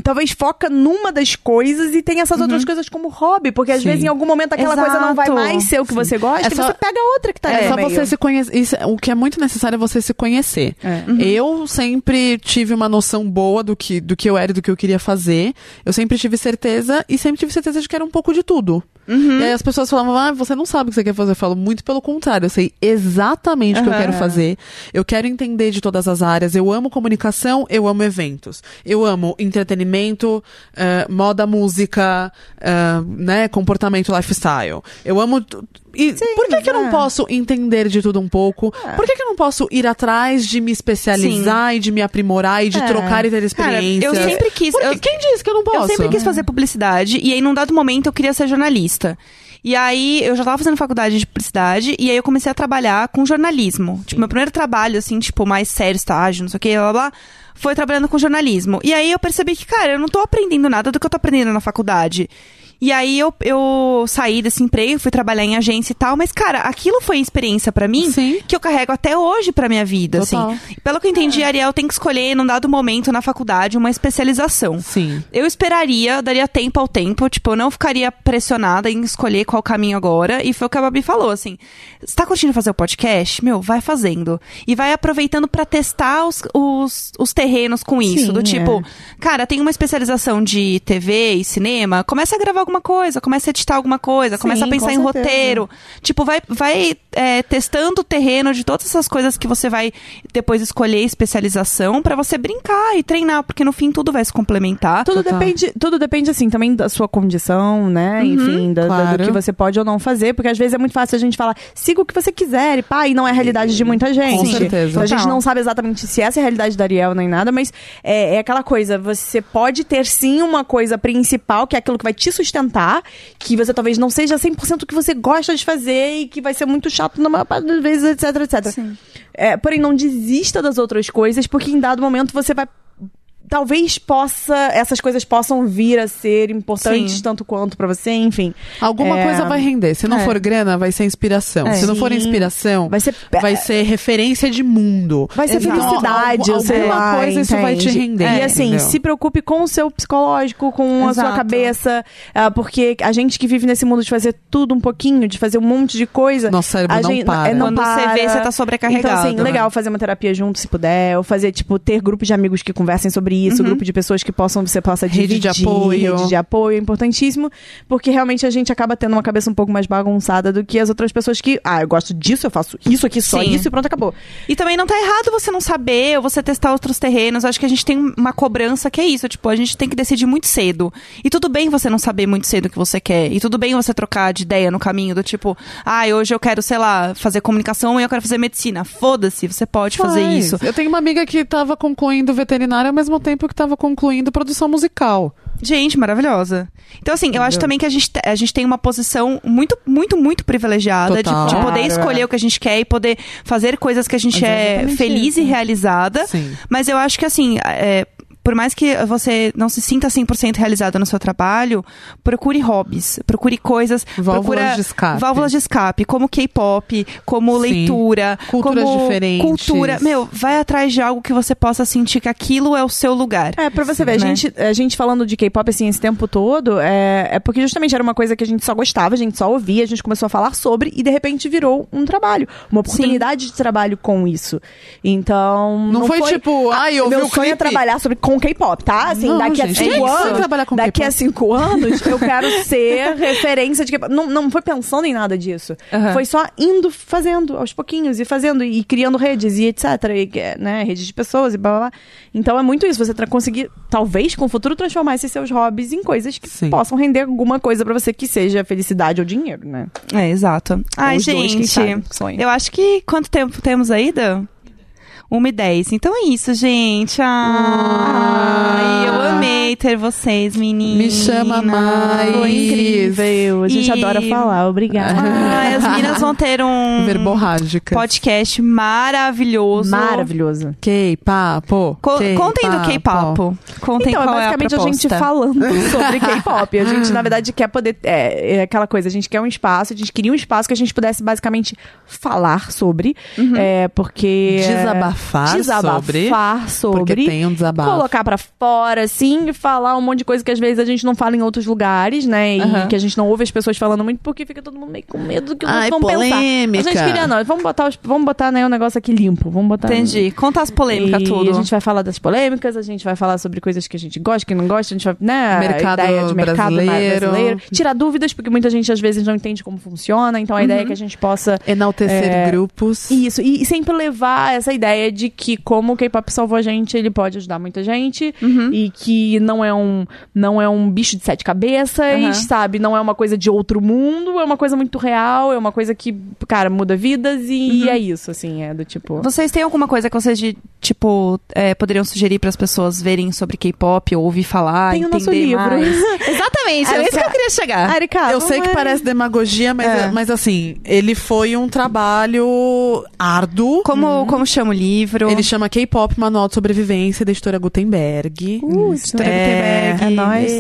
talvez foca numa das coisas e tem essas outras coisas como hobby, porque às Uhum. Sim. vezes em algum momento aquela Exato. coisa não vai mais ser o que você gosta É só- e você pega outra que tá ali É, no só meio. você se conhecer. isso é- O que é muito necessário é você se conhecer. É. Uhum. Eu sempre tive uma noção boa do que, do que eu era e do que eu queria fazer. Eu sempre tive certeza e sempre tive certeza de que era um pouco de tudo. Uhum. E aí as pessoas falavam, ah, você não sabe o que você quer fazer. Eu falo, muito pelo contrário, eu sei exatamente o que eu quero fazer. Eu quero entender de todas as áreas. Eu amo comunicação, eu amo eventos. Eu amo entretenimento, eh, moda, música, eh, né, comportamento, lifestyle. Eu amo. tu- E por que, que eu não é. posso entender de tudo um pouco? É. Por que, que eu não posso ir atrás de me especializar e de me aprimorar e de É. trocar e ter Cara, experiências? eu sempre quis. Por que- eu- Quem disse que eu não posso? Eu sempre quis fazer publicidade e aí num dado momento eu queria ser jornalista. E aí eu já tava fazendo faculdade de publicidade e aí eu comecei a trabalhar com jornalismo. Tipo, meu primeiro trabalho assim, tipo, mais sério, estágio, não sei o que, blá blá, blá, foi trabalhando com jornalismo. E aí eu percebi que, cara, eu não tô aprendendo nada do que eu tô aprendendo na faculdade. E aí eu, eu saí desse emprego, fui trabalhar em agência e tal, mas cara, aquilo foi experiência pra mim Sim. que eu carrego até hoje pra minha vida, Total. É. assim. Pelo que eu entendi, a Ariel tem que escolher num dado momento na faculdade uma especialização. Sim. Eu esperaria, daria tempo ao tempo, tipo, eu não ficaria pressionada em escolher qual caminho agora. E foi o que a Babi falou, assim. Você tá curtindo fazer o podcast? Meu, vai fazendo. E vai aproveitando pra testar os, os, os terrenos com isso. Sim, é. do tipo, cara, tem uma especialização de TV e cinema, começa a gravar alguma coisa, começa a editar alguma coisa, começa a com pensar em certeza. roteiro. Tipo, vai, vai é, testando o terreno de todas essas coisas que você vai depois escolher especialização pra você brincar e treinar, porque no fim tudo vai se complementar. Tá? Tudo Total. Uhum, depende, tudo depende, assim, também da sua condição, né? Enfim, da- da- claro. do que você pode ou não fazer, porque às vezes é muito fácil a gente falar, siga o que você quiser, e pá, e não é a realidade de muita gente. certeza. Então, a gente Total. não sabe exatamente se essa é a realidade da Ariel nem nada, mas é, é aquela coisa, você pode ter sim uma coisa principal, que é aquilo que vai te sustentar, que você talvez não seja 100% o que você gosta de fazer e que vai ser muito chato na maior parte das vezes, etc, etc. É, porém, não desista das outras coisas, porque em dado momento você vai talvez possa essas coisas possam vir a ser importantes Sim. tanto quanto pra você, enfim. Alguma É, coisa vai render. Se não é. for grana, vai ser inspiração. É. Se não for Sim. inspiração, Vai ser é. vai ser referência de mundo. vai ser Então, felicidade, algu- eu sei alguma lá, coisa isso vai te entende? render, E assim, entendeu? se preocupe com o seu psicológico, com a sua Exato. cabeça, ah, porque a gente que vive nesse mundo de fazer tudo um pouquinho, de fazer um monte de coisa, Nosso cérebro a não gente- para. é, não Quando você para. vê, você tá Então, sobrecarregado. assim, legal fazer uma terapia junto, se puder. Ou fazer, tipo, ter grupo de amigos que conversem sobre isso, grupo de pessoas que possam, você possa Rede dividir. de apoio. Uhum. Rede de apoio é importantíssimo, porque realmente a gente acaba tendo uma cabeça um pouco mais bagunçada do que as outras pessoas que, ah, eu gosto disso, eu faço isso aqui, só Sim. isso e pronto, acabou. E também não tá errado você não saber, ou você testar outros terrenos. Acho que a gente tem uma cobrança que é isso, tipo, a gente tem que decidir muito cedo. E tudo bem você não saber muito cedo o que você quer. E tudo bem você trocar de ideia no caminho do tipo, ah, hoje eu quero, sei lá, fazer comunicação e eu quero fazer medicina. Foda-se, você pode fazer Faz. isso. Eu tenho uma amiga que tava concluindo veterinária ao mesmo tempo que tava concluindo produção musical. Gente, maravilhosa. Então, assim, eu acho também que a gente, te- a gente tem uma posição muito, muito, muito privilegiada de- Total. de, poder Claro, escolher o que a gente quer e poder é. fazer coisas que a gente Mas é é exatamente feliz e realizada. Sim. Mas eu acho que, assim, é, por mais que você não se sinta 100% realizado no seu trabalho, procure hobbies, procure coisas. Válvulas procura de escape. Válvulas de escape, como K-pop, como Sim. leitura. Culturas como diferentes. Cultura. Meu, vai atrás de algo que você possa sentir que aquilo é o seu lugar. É, pra você ver, a, né? gente, a gente falando de K-pop assim esse tempo todo, é, é porque justamente era uma coisa que a gente só gostava, a gente só ouvia, a gente começou a falar sobre e de repente virou um trabalho, uma oportunidade de trabalho com isso. Então. Não foi tipo, ai, eu ouvi meu o sonho é clipe. trabalhar sobre com K-pop, tá? Assim, Não, daqui a gente, cinco quem é que sonha anos. trabalhar com daqui K-pop? a cinco anos, <laughs> eu quero ser referência de K-pop. Não, não foi pensando em nada disso. Aham. Foi só indo fazendo, aos pouquinhos, e fazendo, e criando redes, e etc. E, é, né, redes de pessoas, e blá blá blá. Então é muito isso, você tra- conseguir, talvez, com o futuro, transformar esses seus hobbies em coisas que Sim. possam render alguma coisa pra você, que seja felicidade ou dinheiro, né? É, exato. Ai, os dois, quem gente. sabe? Sonho. eu acho que quanto tempo temos aí, Dan? 1 e 10. Então é isso, gente. Ai, eu amei ter vocês, meninas. Ah. Me chama mais. Foi incrível. incrível, a gente E- adora falar, obrigada. Ai, as meninas vão ter Hum. um Verborrágica. podcast maravilhoso. Maravilhoso. K-papo. Co- K-papo. contem do K-papo. Contem então, é qual é a basicamente a, gente proposta. falando <laughs> sobre K-pop. A gente, na verdade, quer poder. É, é aquela coisa, a gente quer um espaço, a gente queria um espaço que a gente pudesse basicamente falar sobre. Uhum. É, porque. Desabafar, sobre. desabafar sobre. Porque tem um desabafo. Colocar pra fora, assim, e falar um monte de coisa que às vezes a gente não fala em outros lugares, né? E Aham. que a gente não ouve as pessoas falando muito, porque fica todo mundo meio com medo do que os Ai, outros vão polêmica. pensar. A gente queria, não. Vamos botar, os- vamos botar né, o negócio aqui limpo. Vamos botar. Entendi. Conta as polêmicas, e tudo. A gente vai falar das polêmicas, a gente vai falar sobre coisas que a gente gosta, que não gosta, a gente vai. Né, a Mercado ideia de mercado brasileiro. brasileiro. Tirar dúvidas, porque muita gente às vezes não entende como funciona, então a Uhum. ideia é que a gente possa. Enaltecer É, grupos. Isso, e e sempre levar essa ideia de que como o K-pop salvou a gente, ele pode ajudar muita gente Uhum. e que não é um não é um bicho de sete cabeças, Aham. sabe? Não é uma coisa de outro mundo, é uma coisa muito real, é uma coisa que, cara, muda vidas e Uhum. é isso, assim, é do tipo. Vocês têm alguma coisa que vocês, de- tipo, é, poderiam sugerir para as pessoas verem sobre K-pop ou ouvir falar? Tem o nosso entender livro. <laughs> mais? Exatamente, é Essa- isso que eu queria chegar. Arika, Eu sei que parece demagogia, mas, É. mas assim, ele foi um trabalho árduo. Como, como chama o livro? Ele chama K-pop Manual de Sobrevivência da editora Gutenberg. Uh, Doutora É, Gutenberg. é nóis.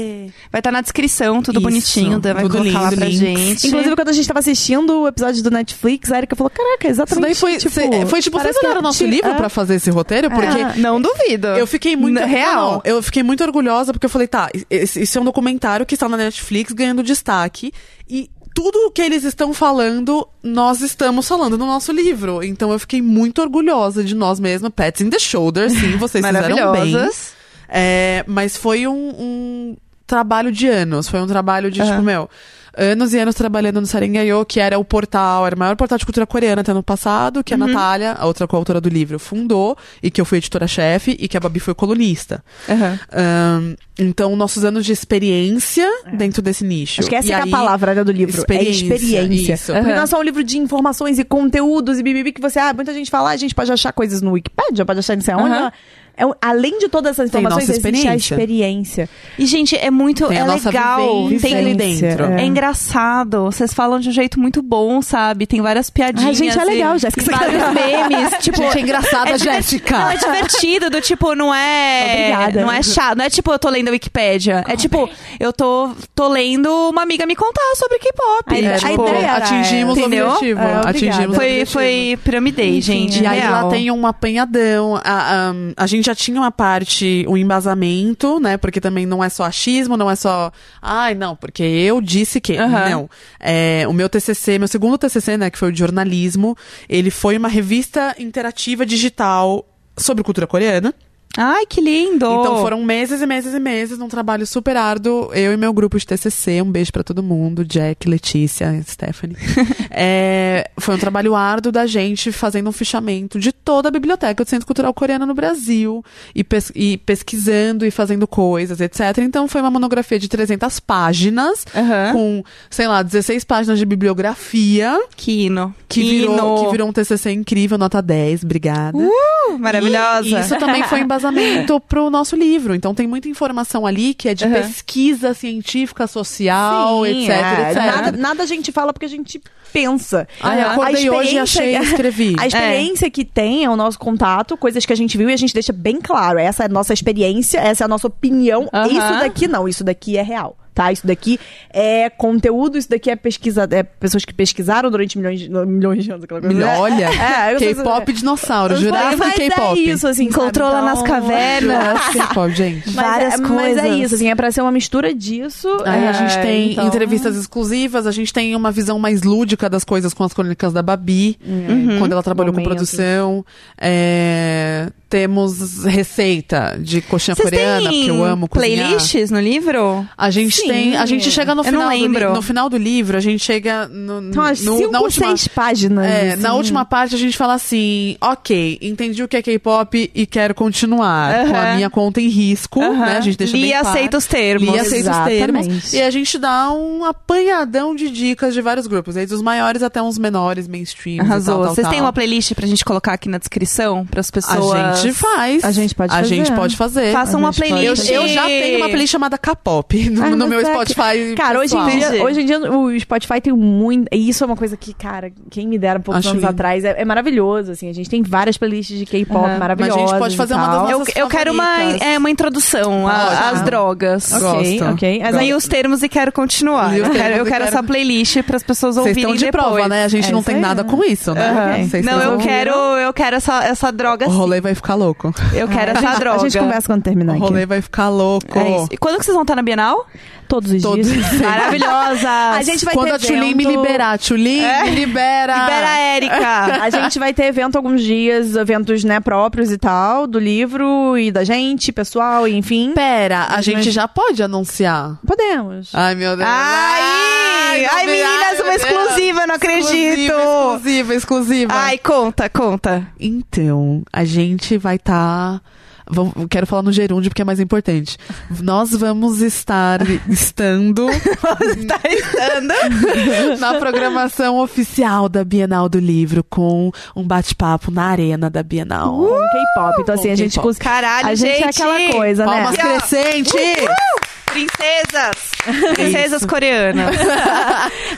Vai estar na descrição, tudo Isso, bonitinho. Dan vai tudo colocar lá lindo, pra links. gente. Inclusive, quando a gente tava assistindo o episódio do Netflix, a Erika falou: Caraca, Isso exatamente. daí foi, tipo, cê- foi tipo, vocês parece que olharam o eu nosso te- livro é. Né, pra fazer esse roteiro? Porque Ah, não duvido. Eu fiquei muito. Na real. Não, eu fiquei muito orgulhosa porque eu falei, tá, esse, esse é um documentário que está na Netflix ganhando destaque e tudo o que eles estão falando, nós estamos falando no nosso livro. Então eu fiquei muito orgulhosa de nós mesmos, Pets in the Shoulder, sim, vocês fizeram bem. Maravilhosas. É, mas foi um, um trabalho de anos. Foi um trabalho de, Aham. tipo, meu, anos e anos trabalhando no Sarengayo, que era o portal, era o maior portal de cultura coreana até ano passado, Uhum. que é a Natália, a outra coautora do livro, fundou, e que eu fui editora-chefe, e que a Babi foi colunista. Aham. Ahn, então, nossos anos de experiência dentro desse nicho. É. Acho que essa E é que é aí- a palavra né, do livro. experiência, é experiência. isso. Porque Aham. não é só um livro de informações e conteúdos e bibibi que você. Ah, muita gente fala, ah, a gente pode achar coisas no Wikipedia, pode achar não sei aonde. Aham. não. É, um- além de todas essas Tem informações, nossa existe a experiência. experiência. E, gente, é muito. Tem é a nossa legal. vivência Tem ali vivência, dentro. É É. engraçado, vocês falam de um jeito muito bom, sabe? Tem várias piadinhas. Ai, gente, é e- legal, Jéssica. e tá Vários <laughs> memes. tipo, Gente, é engraçada, diverti- Jéssica. Não, é divertido, do tipo, não é. Obrigada. Não é chato. Não é tipo, eu tô lendo a Wikipédia. É tipo, eu tô, tô lendo uma amiga me contar sobre K-pop. A É, ideia- tipo, tipo, ideia era- atingimos o Entendeu? objetivo. É, obrigada. atingimos o foi, objetivo. foi piramidei, gente. E aí é real. lá tem um apanhadão. A, ahm, a gente já tinha uma parte, um embasamento, né? Porque também não é só achismo, não é só. Ai, não, porque eu disse que. Aham. Não. É, o meu TCC, meu segundo TCC, né? Que foi o de jornalismo, ele foi uma revista interativa digital sobre cultura coreana. Ai, que lindo! Então foram meses e meses e meses num trabalho super árduo. Eu e meu grupo de TCC, um beijo pra todo mundo, Jack, Letícia, <laughs> Stephanie. É, foi um trabalho árduo da gente fazendo um fichamento de toda a biblioteca do Centro Cultural Coreano no Brasil e, pes- e pesquisando e fazendo coisas, etc. Então foi uma monografia de 300 páginas Aham. com, sei lá, 16 páginas de bibliografia Que hino. que hino. Uh, virou, que virou um TCC incrível, nota 10, obrigada. Maravilhosa. E isso também <laughs> foi embasamento pro nosso livro. Então tem muita informação ali que é de Uhum. pesquisa científica, social, Sim, etc, é, etc. Nada, nada a gente fala porque a gente pensa. Ah, eu A acordei hoje e achei e experiência- escrevi. <laughs> A experiência que tem é o nosso contato, coisas que a gente viu e a gente deixa bem claro. Essa é a nossa experiência, essa é a nossa opinião. Aham. Isso daqui não, isso daqui é real. Tá? Isso daqui é conteúdo, isso daqui é pesquisa, é pessoas que pesquisaram durante milhões de, milhões de anos. Aquela coisa, Milho- né? Olha, É, <laughs> eu sei se- K-pop dinossauro, Eu jurava falei, que mas K-pop. É isso, assim, Encontrou sabe? lá nas Então, cavernas. Jurava K-pop, <laughs> gente. mas Várias é- Mas coisas. é isso, assim, é pra ser uma mistura disso. Aí é, a gente tem então- entrevistas exclusivas, a gente tem uma visão mais lúdica das coisas com as crônicas da Babi, quando ela trabalhou com Uhum. Momentos. produção. É, temos receita de coxinha Vocês coreana, têm porque eu amo cozinhar. playlists no livro? A gente Sim. tem, a gente chega no Eu não final, Do, lembro. li- no final do livro, a gente chega no, Então, umas no- cinco, na última seis páginas. É, assim. na última parte a gente fala assim, ok, entendi o que é K-pop e quero continuar com a Aham. minha conta em risco, Aham. né? A gente deixa Li bem e claro. aceita os termos. Li e aceita os termos. Exatamente. E a gente dá um apanhadão de dicas de vários grupos, desde os maiores até uns menores, mainstream e Arrasou. tal, tal, Vocês têm tal. uma playlist pra gente colocar aqui na descrição? Para as pessoas. A gente faz. A gente pode A fazer. gente pode fazer. Façam A uma gente Eu, playlist. eu já tenho uma playlist chamada K-pop <laughs> no, Ah, no meu mas é que- Spotify. Cara, hoje em, pessoal. dia, hoje em dia o Spotify tem muito. E isso é uma coisa que, cara, quem me dera um poucos Acho anos lindo. atrás é, é maravilhoso. Assim, a gente tem várias playlists de K-pop Aham. Mas a maravilhosas. gente pode fazer e uma das tal. Eu, nossas eu quero uma, favoritas. é, uma introdução a- Ótimo. às drogas. Ok. Ok, Gosto. ok. Mas Mas aí aí os termos e quero continuar. E os Eu quero, termos eu e quero quero- essa playlist para as pessoas Vocês ouvirem estão de depois. prova, né? A gente É não isso tem aí, nada né? com isso, né? Aham. Vocês Não, estão eu ouvindo. quero, assim. eu quero essa, essa droga. O sim. rolê vai ficar louco. Eu <laughs> quero a essa gente, droga. A gente conversa quando O terminar. aqui. rolê vai ficar louco. É isso. E quando que vocês vão estar na Bienal? Todos os Todos dias. Maravilhosa! A gente vai Quando <laughs> ter a Tulin evento. me liberar, Tulin, me libera. É. Libera a <laughs> Érica! A gente vai ter evento alguns dias, eventos né, próprios e tal, do livro e da gente, pessoal, e enfim. Pera, a gente já pode anunciar. Podemos. Ai, meu Deus. Ai! Ai, meu Deus. meninas, uma Ai, meu Deus. exclusiva, não acredito! Exclusiva, exclusiva, exclusiva. Ai, conta, conta. Então, a gente vai estar. Quero falar no gerúndio porque é mais importante. Nós vamos estar <laughs> estando Tá estando? <laughs> na programação oficial da Bienal do Livro com um bate-papo na arena da Bienal. Com K-pop. Então, assim, Com a gente. Uh! K-pop. cons- Caralho, A gente, é aquela coisa, né? Palmas crescentes! Princesas! Princesas coreanas.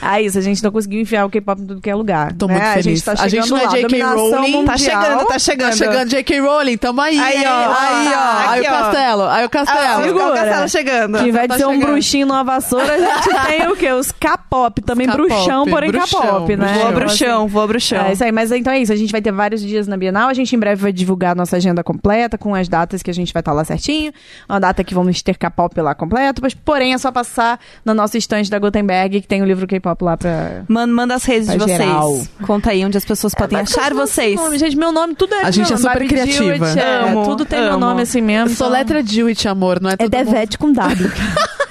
Ah, isso, a gente não conseguiu enfiar o K-pop em tudo que é lugar. Tô né? muito A gente feliz. tá A gente chegando não é lá. J.K. Dominação Rowling. mundial. Tá chegando, tá chegando. Tá chegando J.K. Rowling, tamo aí. Aí, ó, aí, ó. tá. Aí Aqui, o ó. castelo, aí o Ah, castelo. o Segura. Castelo chegando. Que vai Tá de ser um chegando. bruxinho numa vassoura, <laughs> a gente tem o quê? Os K-pop, também K-pop, bruxão, porém bruxão, Vou K-pop, né? Então, a Então, assim, bruxão, vou a bruxão. É isso aí, mas então é isso. A gente vai ter vários dias na Bienal. A gente em breve vai divulgar a nossa agenda completa, com as datas que a gente vai estar lá certinho. Uma data que vamos ter K-pop lá completo. Mas, porém, é só passar no nosso estande da Gutenberg, que tem o livro K-pop lá pra. Man- manda as redes Tá de vocês. geral. Conta aí onde as pessoas podem achar vocês. Nome, gente, meu nome, tudo é. É A gente meu é nome. super Babi Jewett, criativa. É, Amo, tudo tem meu amo. nome assim mesmo. então- Soletra Dewitt, amor, Tá não é É todo mundo- Devete <laughs> com W.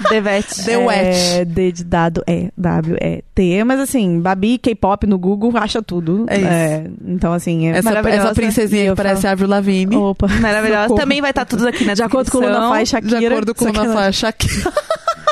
<laughs> Devete. The É, D de dado é W, é T. Mas assim, Babi, K-pop no Google, acha tudo. É isso. então, assim, é Essa, maravilhosa. essa princesinha E eu que parece a Avril Lavigne. Opa. Maravilhosa. Socorro. Também vai estar tudo aqui na De acordo com o descrição. Luna Fly, Shakira. de acordo com o Sacanagem. Luna Fly, Shakira.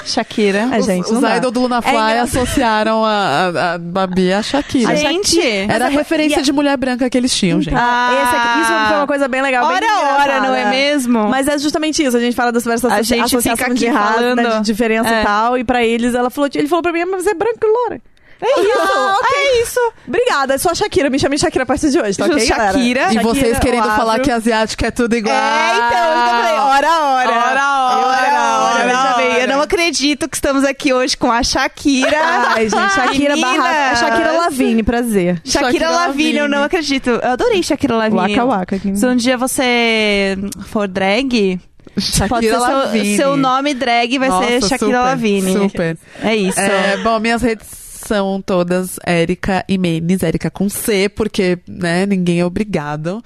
Shakira. É, Os, gente, não os dá. idol do Luna Fly engraçado. associaram a, a, a Babi e a Shakira. A gente. Era a referência de mulher branca que eles tinham, Então, gente. Ah. Tá, Esse aqui- isso foi uma coisa bem legal. bem Hora a hora, engraçada. não é mesmo? Mas é justamente isso, a gente fala das diversas A gente associação fica de aqui raça, né, falando. de diferença É. e tal, e pra eles ela falou, ele falou pra mim, mas você é branco e loura. Ah, é isso. É isso. Obrigada, sou a Shakira, me chame Shakira a partir de hoje, tá Ju- ok, galera? Shakira. e vocês o querendo falar Avril. que asiático é tudo igual. É, então, eu falei, hora a hora. Hora a hora, Hora a hora. hora a veja bem, Eu hora. não acredito que estamos aqui hoje com a <laughs> Shakira. Ai, gente, Shakira Meninas. barra... Shakira Lavigne, prazer. Shakira, Shakira Lavigne, eu não Lavigne. acredito. Eu adorei Shakira Lavigne. Waka waka. aqui. Se um dia você for drag, pode ser Shakira seu- Lavigne. seu nome drag vai ser Nossa, Shakira super, Lavigne. Super. É isso. É, bom, minhas redes são todas Érica Imenes, Érica com C, porque, né, ninguém é obrigado.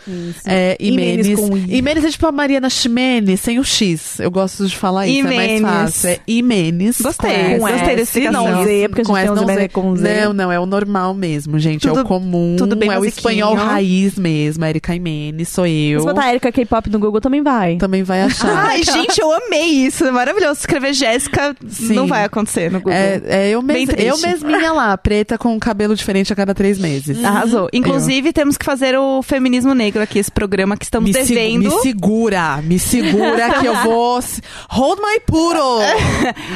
É, Imenes Imenes, com I. Imenes é tipo a Mariana Ximenes, sem o X. Eu gosto de falar isso, é Imenes. mais fácil. É Imenes. Gostei, É, com S, gostei dessa e explicação. Não, Z, porque a gente com tem S, uns não BR Z. com Z. Não, não, é o normal mesmo, gente. é Tudo- o comum, tudo bem é o basiquinho. espanhol raiz mesmo. Érica Imenes, sou eu. Se botar Erika K-pop no Google também vai. Também vai achar. <laughs> Ai, gente, eu amei isso. é Maravilhoso. Escrever Jéssica Sim. não vai acontecer no Google. É, é eu, Bem mes triste. Uhum. eu mesminha lá, preta com cabelo diferente a cada três meses. Arrasou. Inclusive, temos que fazer o feminismo negro aqui, esse programa que estamos segu- devendo. me segura, me segura que eu vou. se- Hold my poodle!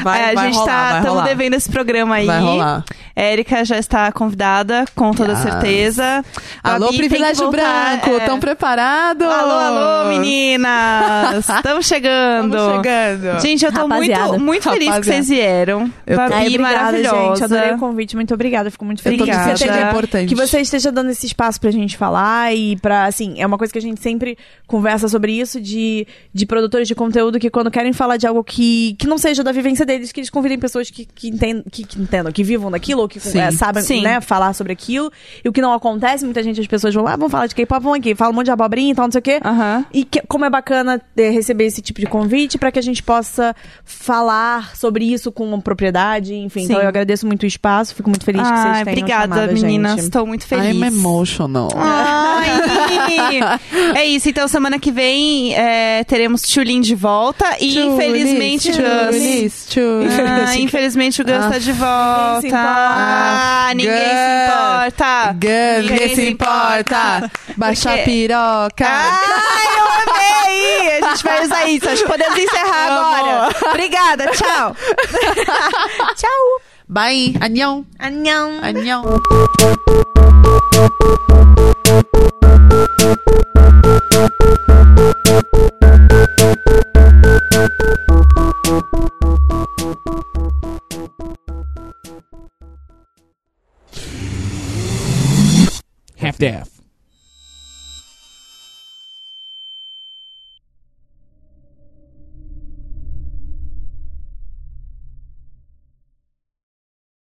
Vai, <laughs> É, a vai gente rolar, tá vai estamos rolar. devendo esse programa aí. Vai rolar. Érica já está convidada, com toda Yes. certeza. Alô, Babi, tem que privilégio voltar, branco, é. tão preparado? Alô, alô, <laughs> meninas! Estamos chegando! Estamos chegando. Gente, eu tô Rapaziada. muito, muito feliz que Rapaziada. vocês vieram. Eu tô- Babi, Ai, obrigada, maravilhosa. gente, Adorei o convite, muito obrigada. Fico muito eu feliz tô Obrigada. dizendo que você que é esteja importante. Que você esteja dando esse espaço pra gente falar e pra, assim, é uma coisa que a gente sempre conversa sobre isso, de, de produtores de conteúdo que quando querem falar de algo que, que não seja da vivência deles, que eles convidem pessoas que, que, enten- que, que entendam, que vivam daquilo, ou que Sim. eh, sabem, Sim. né, falar sobre aquilo. E o que não acontece, muita gente, as pessoas vão lá, vão falar de K-pop, vão aqui, falam um monte de abobrinha e tal, não sei o quê. Aham. E que- como é bacana eh, receber esse tipo de convite para que a gente possa falar sobre isso com propriedade, enfim. Então Sim. eu agradeço muito o espaço, fico muito feliz que vocês Ai, tenham obrigada, chamado a meninas. gente. Estou muito é feliz. I'm emotional. Ai! <laughs> é isso, então semana que vem é, teremos Tchulin de volta e infelizmente Gus. Chulis, Chulis. Ah, infelizmente o Gus Ah. tá de volta. Ninguém se importa. Ah, ninguém Gus. se importa. Gus, ninguém se importa. Baixa a Porque- Ah, piroca. Ai, eu amei! A gente vai usar isso. Acho que podemos encerrar agora. Obrigada, tchau. Bye. Anhão. Annyeong. Anhão. half-deaf.